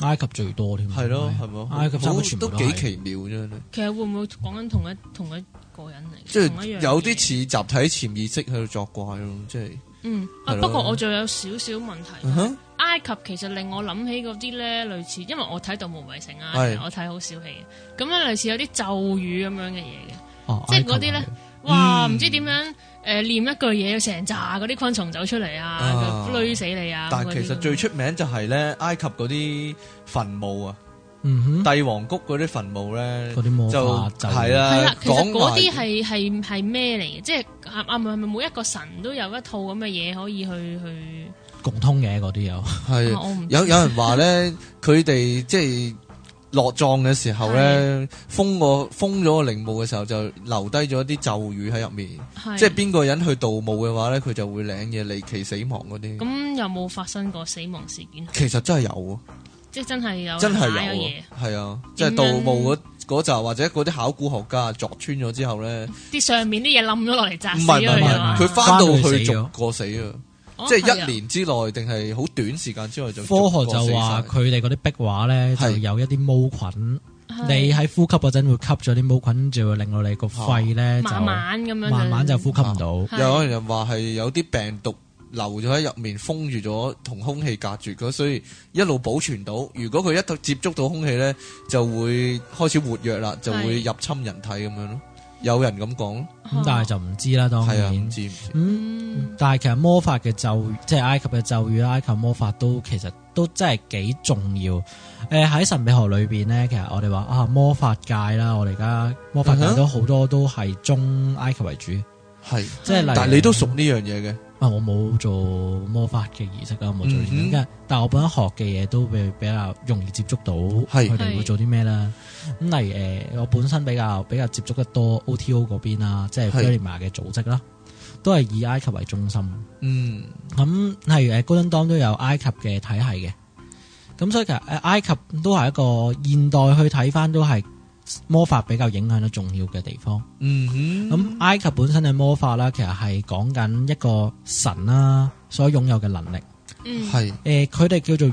S4: 埃及最多添，
S3: 係咯，係咪？
S4: 埃及三個
S3: 好
S4: 全部
S3: 都
S4: 都
S3: 幾
S4: 係
S3: 奇妙啫，
S1: 其實會唔會講緊同一同一個人嚟？
S3: 即
S1: 同
S3: 係
S1: 一樣
S3: 有啲
S1: 嘢
S3: 似集體潛意識喺度作怪咯，即係
S1: 嗯啊，
S3: 係咯
S1: 不過我仲有少少問題。
S3: 嗯哼
S1: 埃及其實令我諗起嗰啲咧，類似因為我睇《盜墓遺城》啊，
S3: 係
S1: 我睇好少戲嘅，咁咧類似有啲咒語咁樣嘅嘢嘅，
S4: 哦，
S1: 即係
S4: 埃及
S1: 嗰啲咧
S4: 係
S1: 哇，
S3: 嗯
S1: 唔知點樣誒念一句嘢，成扎嗰啲昆蟲走出嚟啊
S3: 啊，
S1: 累死你啊！
S3: 但
S1: 係
S3: 係其實最出名就係咧埃及嗰啲墳墓啊，
S4: 嗯哼，
S3: 帝王谷嗰啲墳墓咧
S4: 嗰，啲魔
S3: 就
S4: 法咒
S3: 係
S1: 係啦
S3: 啦，，
S1: 其實
S3: 講
S1: 嗰
S3: 埋
S1: 啲係係係咩嚟嘅？即係啊啊，唔係唔係每一個神都有一套咁嘅嘢可以去去，
S4: 共通嘅嗰啲有，
S3: 係
S1: 啊我唔
S3: 有有人話咧，佢哋即係落葬嘅時候咧，封個封咗個陵墓嘅時候，就留低咗啲咒語喺入面。
S1: 係
S3: 即係邊個人去盜墓嘅話咧，佢就會領嘢離奇死亡嗰啲。
S1: 咁有冇發生過死亡事件？
S3: 其實真係有喎，
S1: 即係真係哦有
S3: 真係
S1: 打咗
S3: 有
S1: 嘢
S3: 喎，，係啊，即
S1: 點
S3: 係
S1: 樣
S3: 盜墓嗰嗰集或者嗰啲考古學家鑿穿咗之後咧，
S1: 啲上面啲嘢冧咗落嚟砸
S3: 唔
S1: 死
S3: 係
S1: 咗佢
S3: 唔係唔
S1: 啊嘛
S3: 係，佢翻
S4: 翻
S3: 到
S4: 到
S3: 去
S4: 去死
S3: 逐
S4: 咗
S3: 個死啊！
S1: 哦
S3: 即係
S1: 係啊
S3: 一年之內定係好短時間之內就
S4: 科
S3: 逐個
S4: 學
S3: 死
S4: 就話
S3: 晒
S4: 佢哋嗰啲壁畫咧就
S3: 係
S4: 有一啲毛菌。
S1: 係
S4: 你喺呼吸嗰陣會吸咗啲毛菌，就會令到你個肺咧就
S1: 慢慢咁樣，
S4: 慢慢就呼吸唔到。
S1: 係
S3: 有人話係有啲病毒留咗喺入面，封住咗，同空氣隔絕咗，所以一路保存到。如果佢一接觸到空氣呢，就會開始活躍啦，就會入侵人體咁樣咯。有人咁講，
S4: 咁但係就唔知啦，當
S3: 係啊，唔
S4: 然。
S3: 知唔知，
S4: 嗯，
S1: 嗯
S4: 但係其實魔法嘅咒語，即係埃及嘅咒語啦，埃及魔法都其實都真係幾重要。誒、喺神秘學裏邊咧，其實我哋話啊魔法界啦，我哋而家魔法界
S3: 嗯哼
S4: 都好多都係中埃及為主，
S3: 係，
S4: 即係例如
S3: 但係你都熟呢樣嘢嘅，
S4: 啊，我冇做魔法嘅儀式啦，冇做呢啲
S3: 嗯哼
S4: 咁嘅但係我本身學嘅嘢都比比較容易接觸到，
S3: 係
S4: 佢哋會
S1: 係
S4: 做啲咩啦？咁例如誒、呃我本身比較比較接觸得多 OTO 嗰邊啦，即係
S3: 係
S4: f e r i m a 嘅組織啦，都係以埃及為中心。
S3: 嗯，
S4: 咁例如誒高登當都有埃及嘅體系嘅，咁所以其實呃埃及都係一個現代去睇翻都係魔法比較影響得重要嘅地方。
S3: 嗯哼，
S4: 咁埃及本身嘅魔法啦，其實係講緊一個神啦所擁有嘅能力。
S1: 嗯
S3: 係，
S4: 誒、佢哋叫做語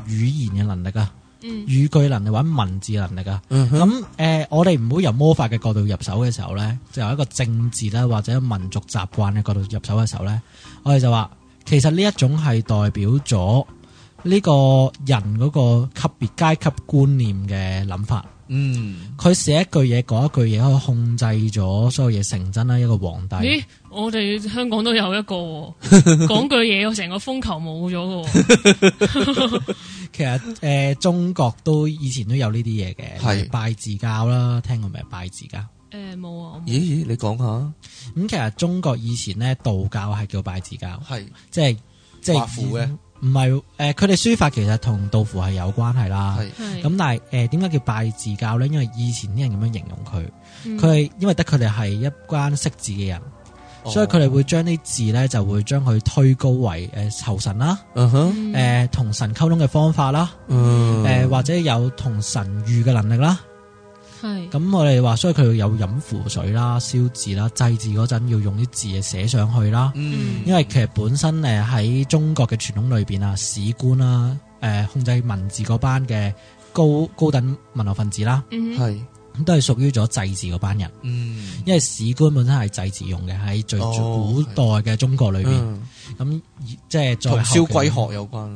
S4: 言嘅能力啊，
S1: 嗯
S4: 語句能力或者文字能力啊。
S3: 嗯哼
S4: 咁誒、我哋唔好由魔法嘅角度入手嘅時候咧，就由一個政治啦或者民族習慣嘅角度入手嘅時候咧，我哋就話其實呢一種係代表咗呢個人嗰個級別階級觀念嘅諗法。
S3: 嗯，
S4: 佢寫一句嘢講一句嘢，可以控制咗所有嘢成真啦。一個皇帝。
S1: 咦，我哋香港都有一 個喎講句嘢，我成個風球冇咗嘅喎。
S4: 其實誒、呃中國都以前都有呢啲嘢嘅，
S3: 係
S4: 例如拜字教啦，聽過未？拜字教
S1: 誒冇啊，我冇
S3: 咦咦，你講下，
S4: 咁、其實中國以前咧道教係叫拜字教，
S3: 係，
S4: 即係即係
S3: 畫符嘅，
S4: 唔係誒，呃佢哋書法其實同道符係有關係啦。
S3: 係，
S1: 係
S4: 咁但係誒點解叫拜字教咧？因為以前啲人咁樣形容佢，
S1: 嗯
S4: 佢係、因為得佢哋係一班識字嘅人，
S3: 哦
S4: 所以佢哋，會將啲字咧就會將佢推高為誒酬神啦，
S3: 嗯哼，
S1: 嗯
S4: 誒同、神溝通嘅方法啦，誒、
S3: 嗯，
S4: 或者有同神遇嘅能力啦。
S1: 係
S4: 咁我哋話，所以佢有飲符水啦、燒字啦、祭祀嗰陣要用啲字寫上去啦。
S3: 嗯，
S4: 因為其實本身誒喺中國嘅傳統裏邊啊，史官啦、誒、控制文字嗰班嘅高高等文學分子啦，
S1: 嗯哼
S3: 係，
S4: 咁都係屬於咗祭祀嗰班人。
S3: 嗯，
S4: 因為史官本身係祭祀用嘅，喺最古
S3: 哦
S4: 代嘅中國裏邊，咁、
S3: 嗯
S4: 即係再
S3: 同
S4: 後
S3: 燒
S4: 嘅
S3: 龜，殼有關，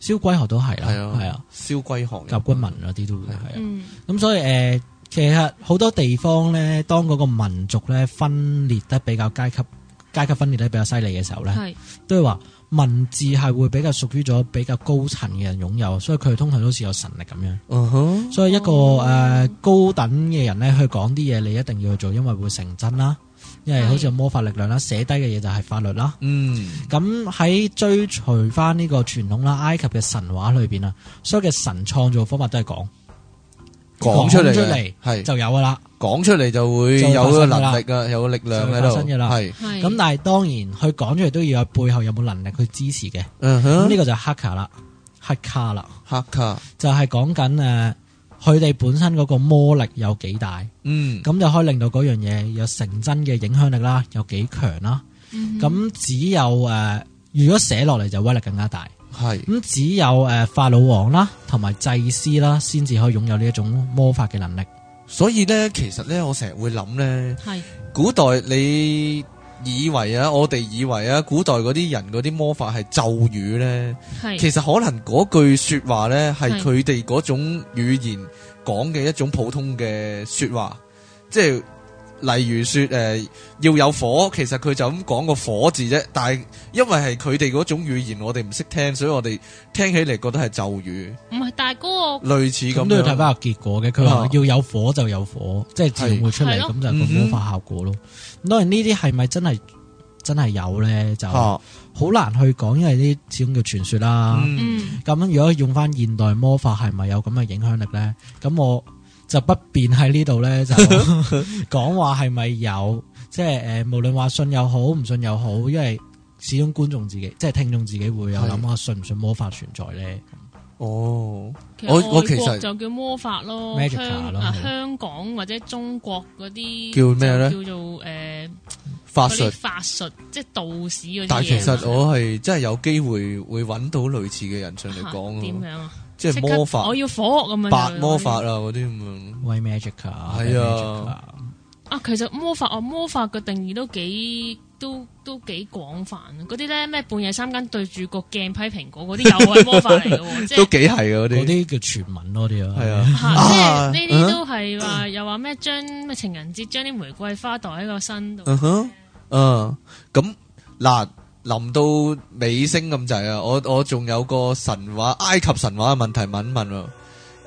S4: 燒龜殼都係啦，
S3: 係啊
S4: 係啊，
S3: 燒龜殼有關，
S4: 甲骨文嗰啲都會係啊。
S1: 嗯
S4: 咁所以誒、呃其實好多地方咧，當嗰個民族咧分裂得比較階級階級分裂得比較犀利嘅時候咧，
S1: 係
S4: 都係話文字係會比較屬於咗比較高層嘅人擁有，所以佢哋通常都好似有神力咁樣。
S3: 嗯哼，
S4: 所以一個誒、
S1: 哦
S4: 呃高等嘅人咧，去講啲嘢你一定要去做，因為會成真啦。因為好似有魔法力量啦，寫低嘅嘢就係法律啦。
S3: 嗯，
S4: 咁喺追隨翻呢個傳統啦，埃及嘅神話裏邊啊，所有嘅神創造方法都係講
S3: 講出嚟
S4: 講出
S3: 嘅
S4: 嚟，
S3: 係。
S4: 就有噶啦。
S3: 講出嚟就會
S4: 就會
S3: 有
S4: 發
S3: 個
S4: 生㗎啦
S3: 能力噶，有個力量喺
S4: 就會發生㗎
S3: 度，
S4: 啦
S3: 係，
S1: 係
S4: 咁但係當然，佢講出嚟都要有背後有冇能力去支持
S1: 啊
S4: 嘅。
S3: 嗯
S4: 咁呢、
S3: 哼，
S4: 個就係黑卡啦，黑卡啦，
S3: 黑卡，
S4: 就係講緊誒佢哋本身嗰個魔力有幾大，
S3: 嗯，
S4: 咁就可以令到嗰樣嘢有成真嘅影響力啦，有幾強啦。
S1: 嗯
S4: 咁、只有誒、呃如果寫落嚟就威力更加大。
S3: 係，
S4: 咁只有誒、呃法老王啦，同埋祭司啦，先至可以擁有呢一種魔法嘅能力。
S3: 所以咧，其實咧，我成日會諗咧，
S1: 係
S3: 古代你以為啊，我哋以為啊，古代嗰啲人嗰啲魔法係咒語咧，
S1: 係
S3: 其實可能嗰句说話咧係
S1: 係
S3: 佢哋嗰種語言講嘅一種普通嘅说話，即係例如說诶、呃要有火，其實佢就咁講個火字啫，但係因為係佢哋嗰種語言我哋唔識聽，所以我哋聽起嚟覺得係咒語，
S1: 唔係，但係嗰個
S3: 類似咁
S4: 咁都要睇翻
S3: 樣。
S4: 個結果嘅。佢話
S3: 啊嗯
S4: 要有火就有火，即係自動會出嚟，
S1: 係咯
S4: 咁就係個魔法效果咯。咁當然呢啲係咪真係真係有咧，就好
S3: 嚇
S4: 難去講，因為呢啲始終叫傳說啦。
S3: 嗯
S1: 嗯
S4: 咁如果用翻現代魔法係咪有咁嘅影響力咧？咁我就不便喺呢 度咧就講話係咪有，即係誒無論話信又好唔信又好，因為始終觀眾自己即係聽眾自己會有諗下啊信唔信魔法存在咧。
S3: 哦，
S1: 其
S3: 我
S1: 實
S3: 我其
S1: 外國
S3: 實
S1: 就叫魔法咯，
S4: Magic
S1: 香
S4: 咯
S1: 啊
S4: 係
S1: 香港或者中國嗰啲
S3: 叫咩咧
S1: 就叫做誒
S3: 法
S1: 嗰啲
S3: 術。
S1: 法術，即係道士嗰啲嘢啊嘛。
S3: 但係其實我係真係有機會會揾到類似嘅人上嚟
S1: 嚇
S3: 講
S1: 點
S3: 咯，
S1: 樣啊？
S3: 即係魔
S1: 即刻
S3: 法
S1: 我、要火咁樣。
S3: 白魔法啊嗰啲咁樣。
S4: 喂 Magic 啊，
S3: 係啊
S1: 哦啊，其實魔法啊，魔法嘅定義都幾都都幾廣泛。嗰啲咧咩半夜三更對住個鏡批蘋果嗰啲又係魔法嚟嘅 喎，即
S3: 都
S1: 係
S3: 幾係啊嘅嗰
S4: 嗰
S3: 啲，
S4: 啲叫傳聞咯，啲
S3: 係
S4: 啊，
S3: 啊，
S1: 嚇即係
S3: 啊
S1: 呢啲都係話又話咩將咩情人節將啲玫瑰花袋喺個身度。
S3: 嗯哼，嗯，咁嗱，臨到尾聲咁滯啊，我我仲有個神話埃及神話嘅問題問一問喎。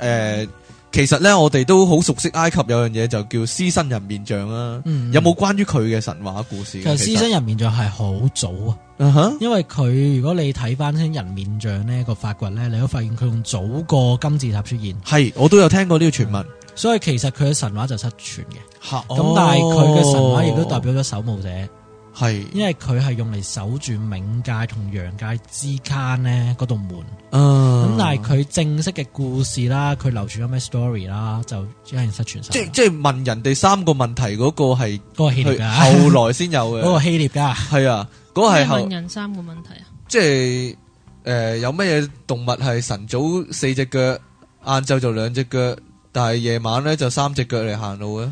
S3: 誒，其實咧我哋都好熟悉埃及有樣嘢就叫獅身人面像啊，
S4: 嗯
S3: 有冇關於佢嘅神話故事
S4: 其
S3: 嘅？
S4: 實獅身人面像係好早啊，
S3: 嗯哼，
S4: 因為佢如果你睇翻先人面像呢個發掘咧，你都發現佢仲早過金字塔出現，
S3: 係我都有聽過呢個傳聞。
S4: 所以其實佢嘅神話就失傳嘅。
S3: 嚇
S4: 咁、但係佢嘅神話亦都代表咗守墓者，
S3: 哦係，
S4: 因為佢係用嚟守住冥界同陽界之間呢嗰道門。咁、
S3: 嗯，
S4: 但係佢正式嘅故事啦，佢流傳咗咩 story 啦，就一係失傳晒
S3: 即
S4: 啦。
S3: 即係問人哋三個問題嗰個係
S4: 嗰個希臘㗎，
S3: 佢後來先有
S4: 嗰
S3: 嘅
S4: 個，希臘㗎。
S3: 係啊，嗰個係
S1: 咩
S3: 後
S1: 問。人三個問題啊？
S3: 即呃系诶、呃有乜嘢動物係晨早四隻腳，晏晝就兩隻腳，但係夜晚咧就三隻腳嚟行路嘅，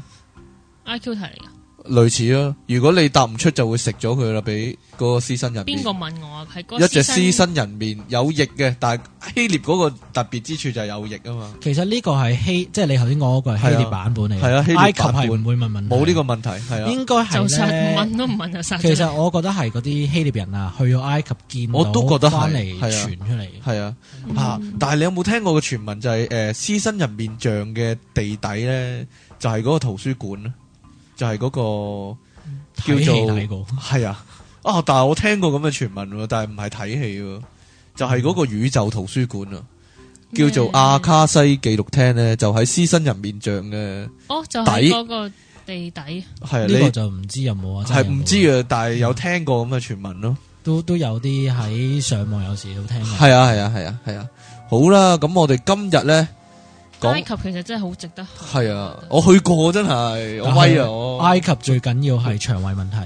S1: I Q 題嚟㗎，
S3: 類似咯。如果你答唔出，就會食咗佢啦，俾嗰個獅身人面
S1: 邊個問我啊？係嗰個
S3: 一隻獅
S1: 獅
S3: 身人面有翼嘅，但係希臘嗰個特別之處就係有翼啊嘛，
S4: 其實呢個係希，即係你頭先講嗰個係希
S3: 係啊
S4: 臘版本嚟嘅，
S3: 係啊希臘
S4: 埃及
S3: 版本
S4: 係唔會問問題
S3: 冇呢個，問題係啊。
S4: 應該
S1: 就
S4: 係
S1: 殺
S4: 咧。
S1: 問都唔問啊就殺咗。
S4: 其實我覺得係嗰啲希臘人啊，去咗埃及見到
S3: 我都覺得係
S4: 翻嚟
S3: 係啊
S4: 傳出嚟嘅。
S3: 係啊，
S1: 嗯
S3: 啊！但係你有冇聽過個傳聞就係、诶呃、獅身人面像嘅地底咧，就係、嗰個圖書館咧，就係、嗰、個。叫
S4: 睇戲
S3: 做
S4: 睇過
S3: 系啊，啊！但系我聽過咁嘅傳聞喎，但係唔係睇戲喎，就係嗰個宇宙圖書館啊，叫做
S1: 嗯
S3: 阿卡西記錄廳咧，就喺獅身人面像嘅，
S1: 哦，就
S3: 底
S1: 喺嗰個地底。
S3: 係啊
S4: 呢個
S3: 你
S4: 就唔知有冇啊，真
S3: 係
S4: 有
S3: 唔
S4: 冇
S3: 知啊，但係有聽過咁嘅傳聞咯，
S4: 都都有啲喺上網有時都聽嘅。
S3: 係啊係啊係啊係啊，好啦，咁我哋今日咧
S1: 埃及
S3: 講
S1: 其實真係好值得去。
S3: 係啊，我去過真係，我威啊我，
S4: 埃及最緊要係腸胃問題，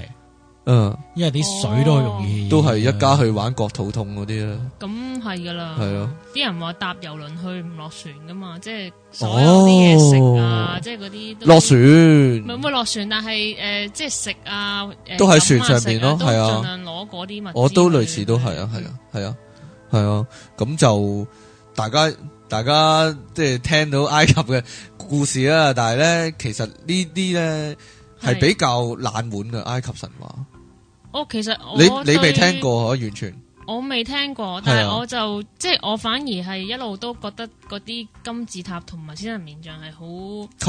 S3: 嗯，
S4: 因為
S1: 哦
S4: 啲水都好容易。
S3: 都係一家去玩國肚痛嗰啲啦，
S1: 咁係噶啦，
S3: 係咯
S1: 啲人話搭遊輪去唔落船噶嘛，即係所有啲嘢食啊，
S3: 哦
S1: 即係嗰啲都
S3: 落船，
S1: 唔係唔會落船，但係誒即係食啊，誒
S3: 都喺
S1: 飲啊
S3: 船上邊咯
S1: 食
S3: 係啊
S1: 都盡量攞嗰啲物資
S3: 我都類
S1: 去
S3: 似都係啊，係啊，係啊，係啊，咁就大家大家即係聽到埃及嘅故事啦，但係咧，其實呢啲咧係
S1: 係
S3: 比較冷門嘅埃及神話，
S1: 哦，其實我
S3: 你你
S1: 對
S3: 未聽過可完全
S1: 我未聽過，但
S3: 係啊
S1: 係我就即係我反而係一路都覺得嗰啲金字塔同埋獅身人面像係好，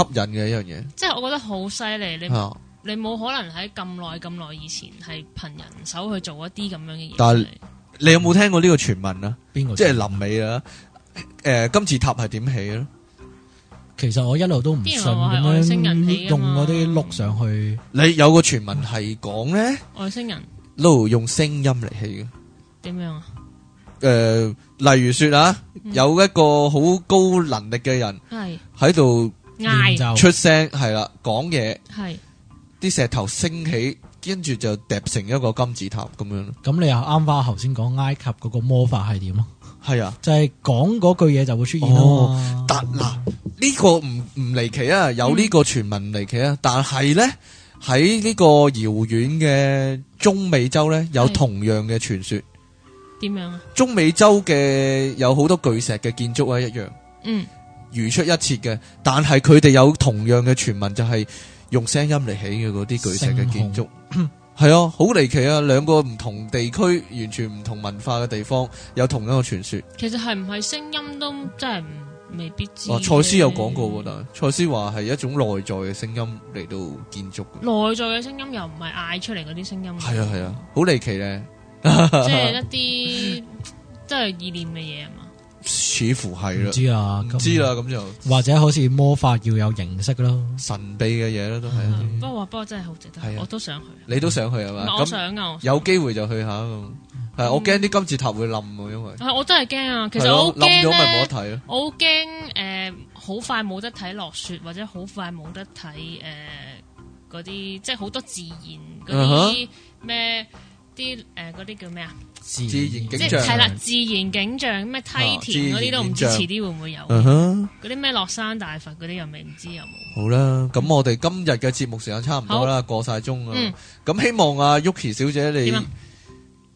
S3: 吸引嘅一樣嘢
S1: 即係我覺得好犀利。你
S3: 嚇，
S1: 你冇可能喺咁耐咁耐以前係憑人手去做一啲咁樣嘅嘢。
S3: 但係你有冇聽過呢個傳聞啊？
S4: 呃邊個？
S3: 即係臨尾啊，誒金字塔係點起咧？
S4: 其實我一路都唔信
S1: 啲人話係外
S4: 咁
S1: 星人
S4: 樣
S1: 起㗎
S4: 用
S1: 嘛
S4: 嗰啲碌上去，
S3: 你有個傳聞係講咧，
S1: 外星人
S3: 都用聲音嚟起嘅。
S1: 點樣啊？
S3: 诶、例如说啊，
S1: 嗯
S3: 有一个好高能力嘅人
S1: 係
S3: 喺度
S1: 嗌
S4: 就
S3: 出声，系啦，讲嘢，
S1: 係
S3: 啲石头升起，跟住就疊成一个金字塔咁样咯。
S4: 咁你又啱翻頭先講埃及嗰個魔法係點咯？
S3: 系啊，
S4: 就係講嗰句嘢就會出現咯嘛。
S3: 但嗱呢、個个唔唔离奇啊，有呢个传闻离奇啊，但系呢，喺呢个遥远嘅中美洲呢，有
S1: 係
S3: 同样嘅传说。
S1: 點樣啊？
S3: 中美洲嘅有好多巨石嘅建築啊，一樣。
S1: 嗯，
S3: 如出一轍嘅，但係佢哋有同樣嘅傳聞，就係用聲音嚟起嘅嗰啲巨石嘅建築，係啊，好離奇啊！兩個唔同地區，完全唔同文化嘅地方，有同樣嘅傳說。
S1: 其實係唔係聲音都真係唔未必知。
S3: 啊，賽斯有講過喎，但係賽斯話係一種內在嘅聲音嚟到建築嘅，
S1: 內在嘅聲音又唔係嗌出嚟嗰啲聲音。
S3: 係啊係啊，好離奇咧，
S1: 即係 一啲即係意念嘅嘢啊嘛。
S3: 似乎係
S4: 唔
S3: 啦，
S4: 知啊，
S3: 唔
S4: 咁
S3: 知啦，咁就
S4: 或者好似魔法要有形式咯。
S3: 神秘嘅嘢啦，都係一啲。
S1: 不過話不過真係好值得
S3: 嗯係
S1: 去，
S3: 啊
S1: 我都想去。
S3: 你都想去係
S1: 啊唔
S3: 嘛？
S1: 係
S3: 咁
S1: 我想啊，我
S3: 有機會就去下咁。係我驚啲金字塔會冧喎，因為
S1: 係我真係驚啊！其
S3: 係
S1: 實
S3: 咯
S1: 我好
S3: 冧咗
S1: 驚
S3: 咪冇
S1: 咧
S3: 得，睇咯。
S1: 我好驚誒，好快冇得睇落雪，或者好快冇得呃睇誒嗰啲，即係好多自然嗰
S3: 嗯
S1: 啲咩啲誒嗰啲叫咩啊？
S4: 自
S3: 自然景
S1: 即
S3: 象
S1: 係係啦，自然景象咩梯田嗰啲都唔知
S3: 啊自然
S1: 遲
S3: 景
S1: 啲會唔會有，
S3: 嗯
S1: 嗰
S3: 哼，
S1: 啲咩落山大佛嗰啲又未唔知有冇。
S3: 好啦，咁我哋今日嘅節目時間差唔多啦，過晒鐘
S1: 嗯
S3: 啦。咁希望啊 Yuki 小姐你
S1: 點啊
S3: 集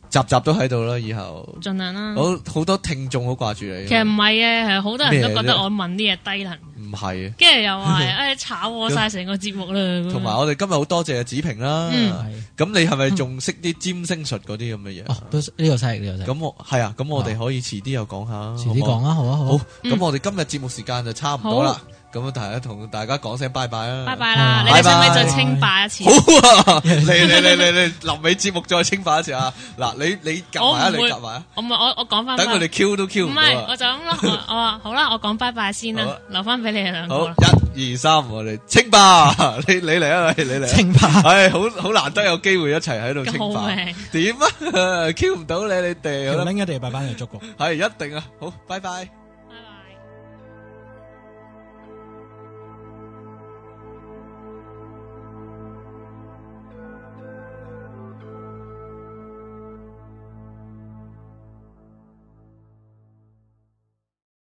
S3: 集都喺度啦，以後
S1: 盡量啦。
S3: 好好多聽眾好掛住你。
S1: 嗯
S3: 啊
S1: 其實唔係嘅，係好多人
S3: 咩
S1: 都
S3: 啫
S1: 覺得我問啲嘢低能，
S3: 唔係啊，
S1: 跟住又話誒炒我晒成個節目啦。咁
S3: 同埋我哋今日好多謝子平啦。
S1: 嗯
S4: 係
S3: 咁你係咪仲識啲占星術嗰啲咁嘅嘢？
S4: 哦，都呢個犀利，呢個犀利。
S3: 咁我係啊，咁我哋可以遲啲又講下。
S4: 遲啲
S3: 好唔好
S4: 講啦，好啊，好
S3: 好
S4: 啊。，
S1: 嗯
S3: 咁我哋今日節目時間就差唔多啦，咁啊，大家同大家講聲拜拜啊啦，
S1: 拜拜啦，
S4: 嗯
S1: 你哋
S3: 拜
S1: 使唔使
S3: 拜
S1: 再清霸一次？
S3: 好 啊，嚟嚟嚟嚟嚟，臨尾節目再清化一次啊，嗱，你你夾埋啊，
S1: 我
S3: 你
S1: 唔會
S3: 夾埋啊，
S1: 我咪我我講翻
S3: 等佢哋 Q 都 Q
S1: 唔
S3: 唔
S1: 係，
S3: 到
S1: 我
S3: 啊，
S1: 就咁咯。我我話好啦，我講拜拜先
S3: 好
S1: 啦
S3: 啊，
S1: 留翻俾你哋兩個
S3: 好
S1: 啦。，
S3: 一二三，我哋清吧， 你你嚟啊，你你嚟啊，
S4: 清白。
S3: 唉，好好難得有機會一齊喺度清
S1: 好
S3: 化
S1: 命，
S3: 點啊 Q 唔到你你哋，好
S4: 條
S3: 啦，
S4: 拎一定要拜拜嚟捉過。
S3: 係一定啊，好，拜拜。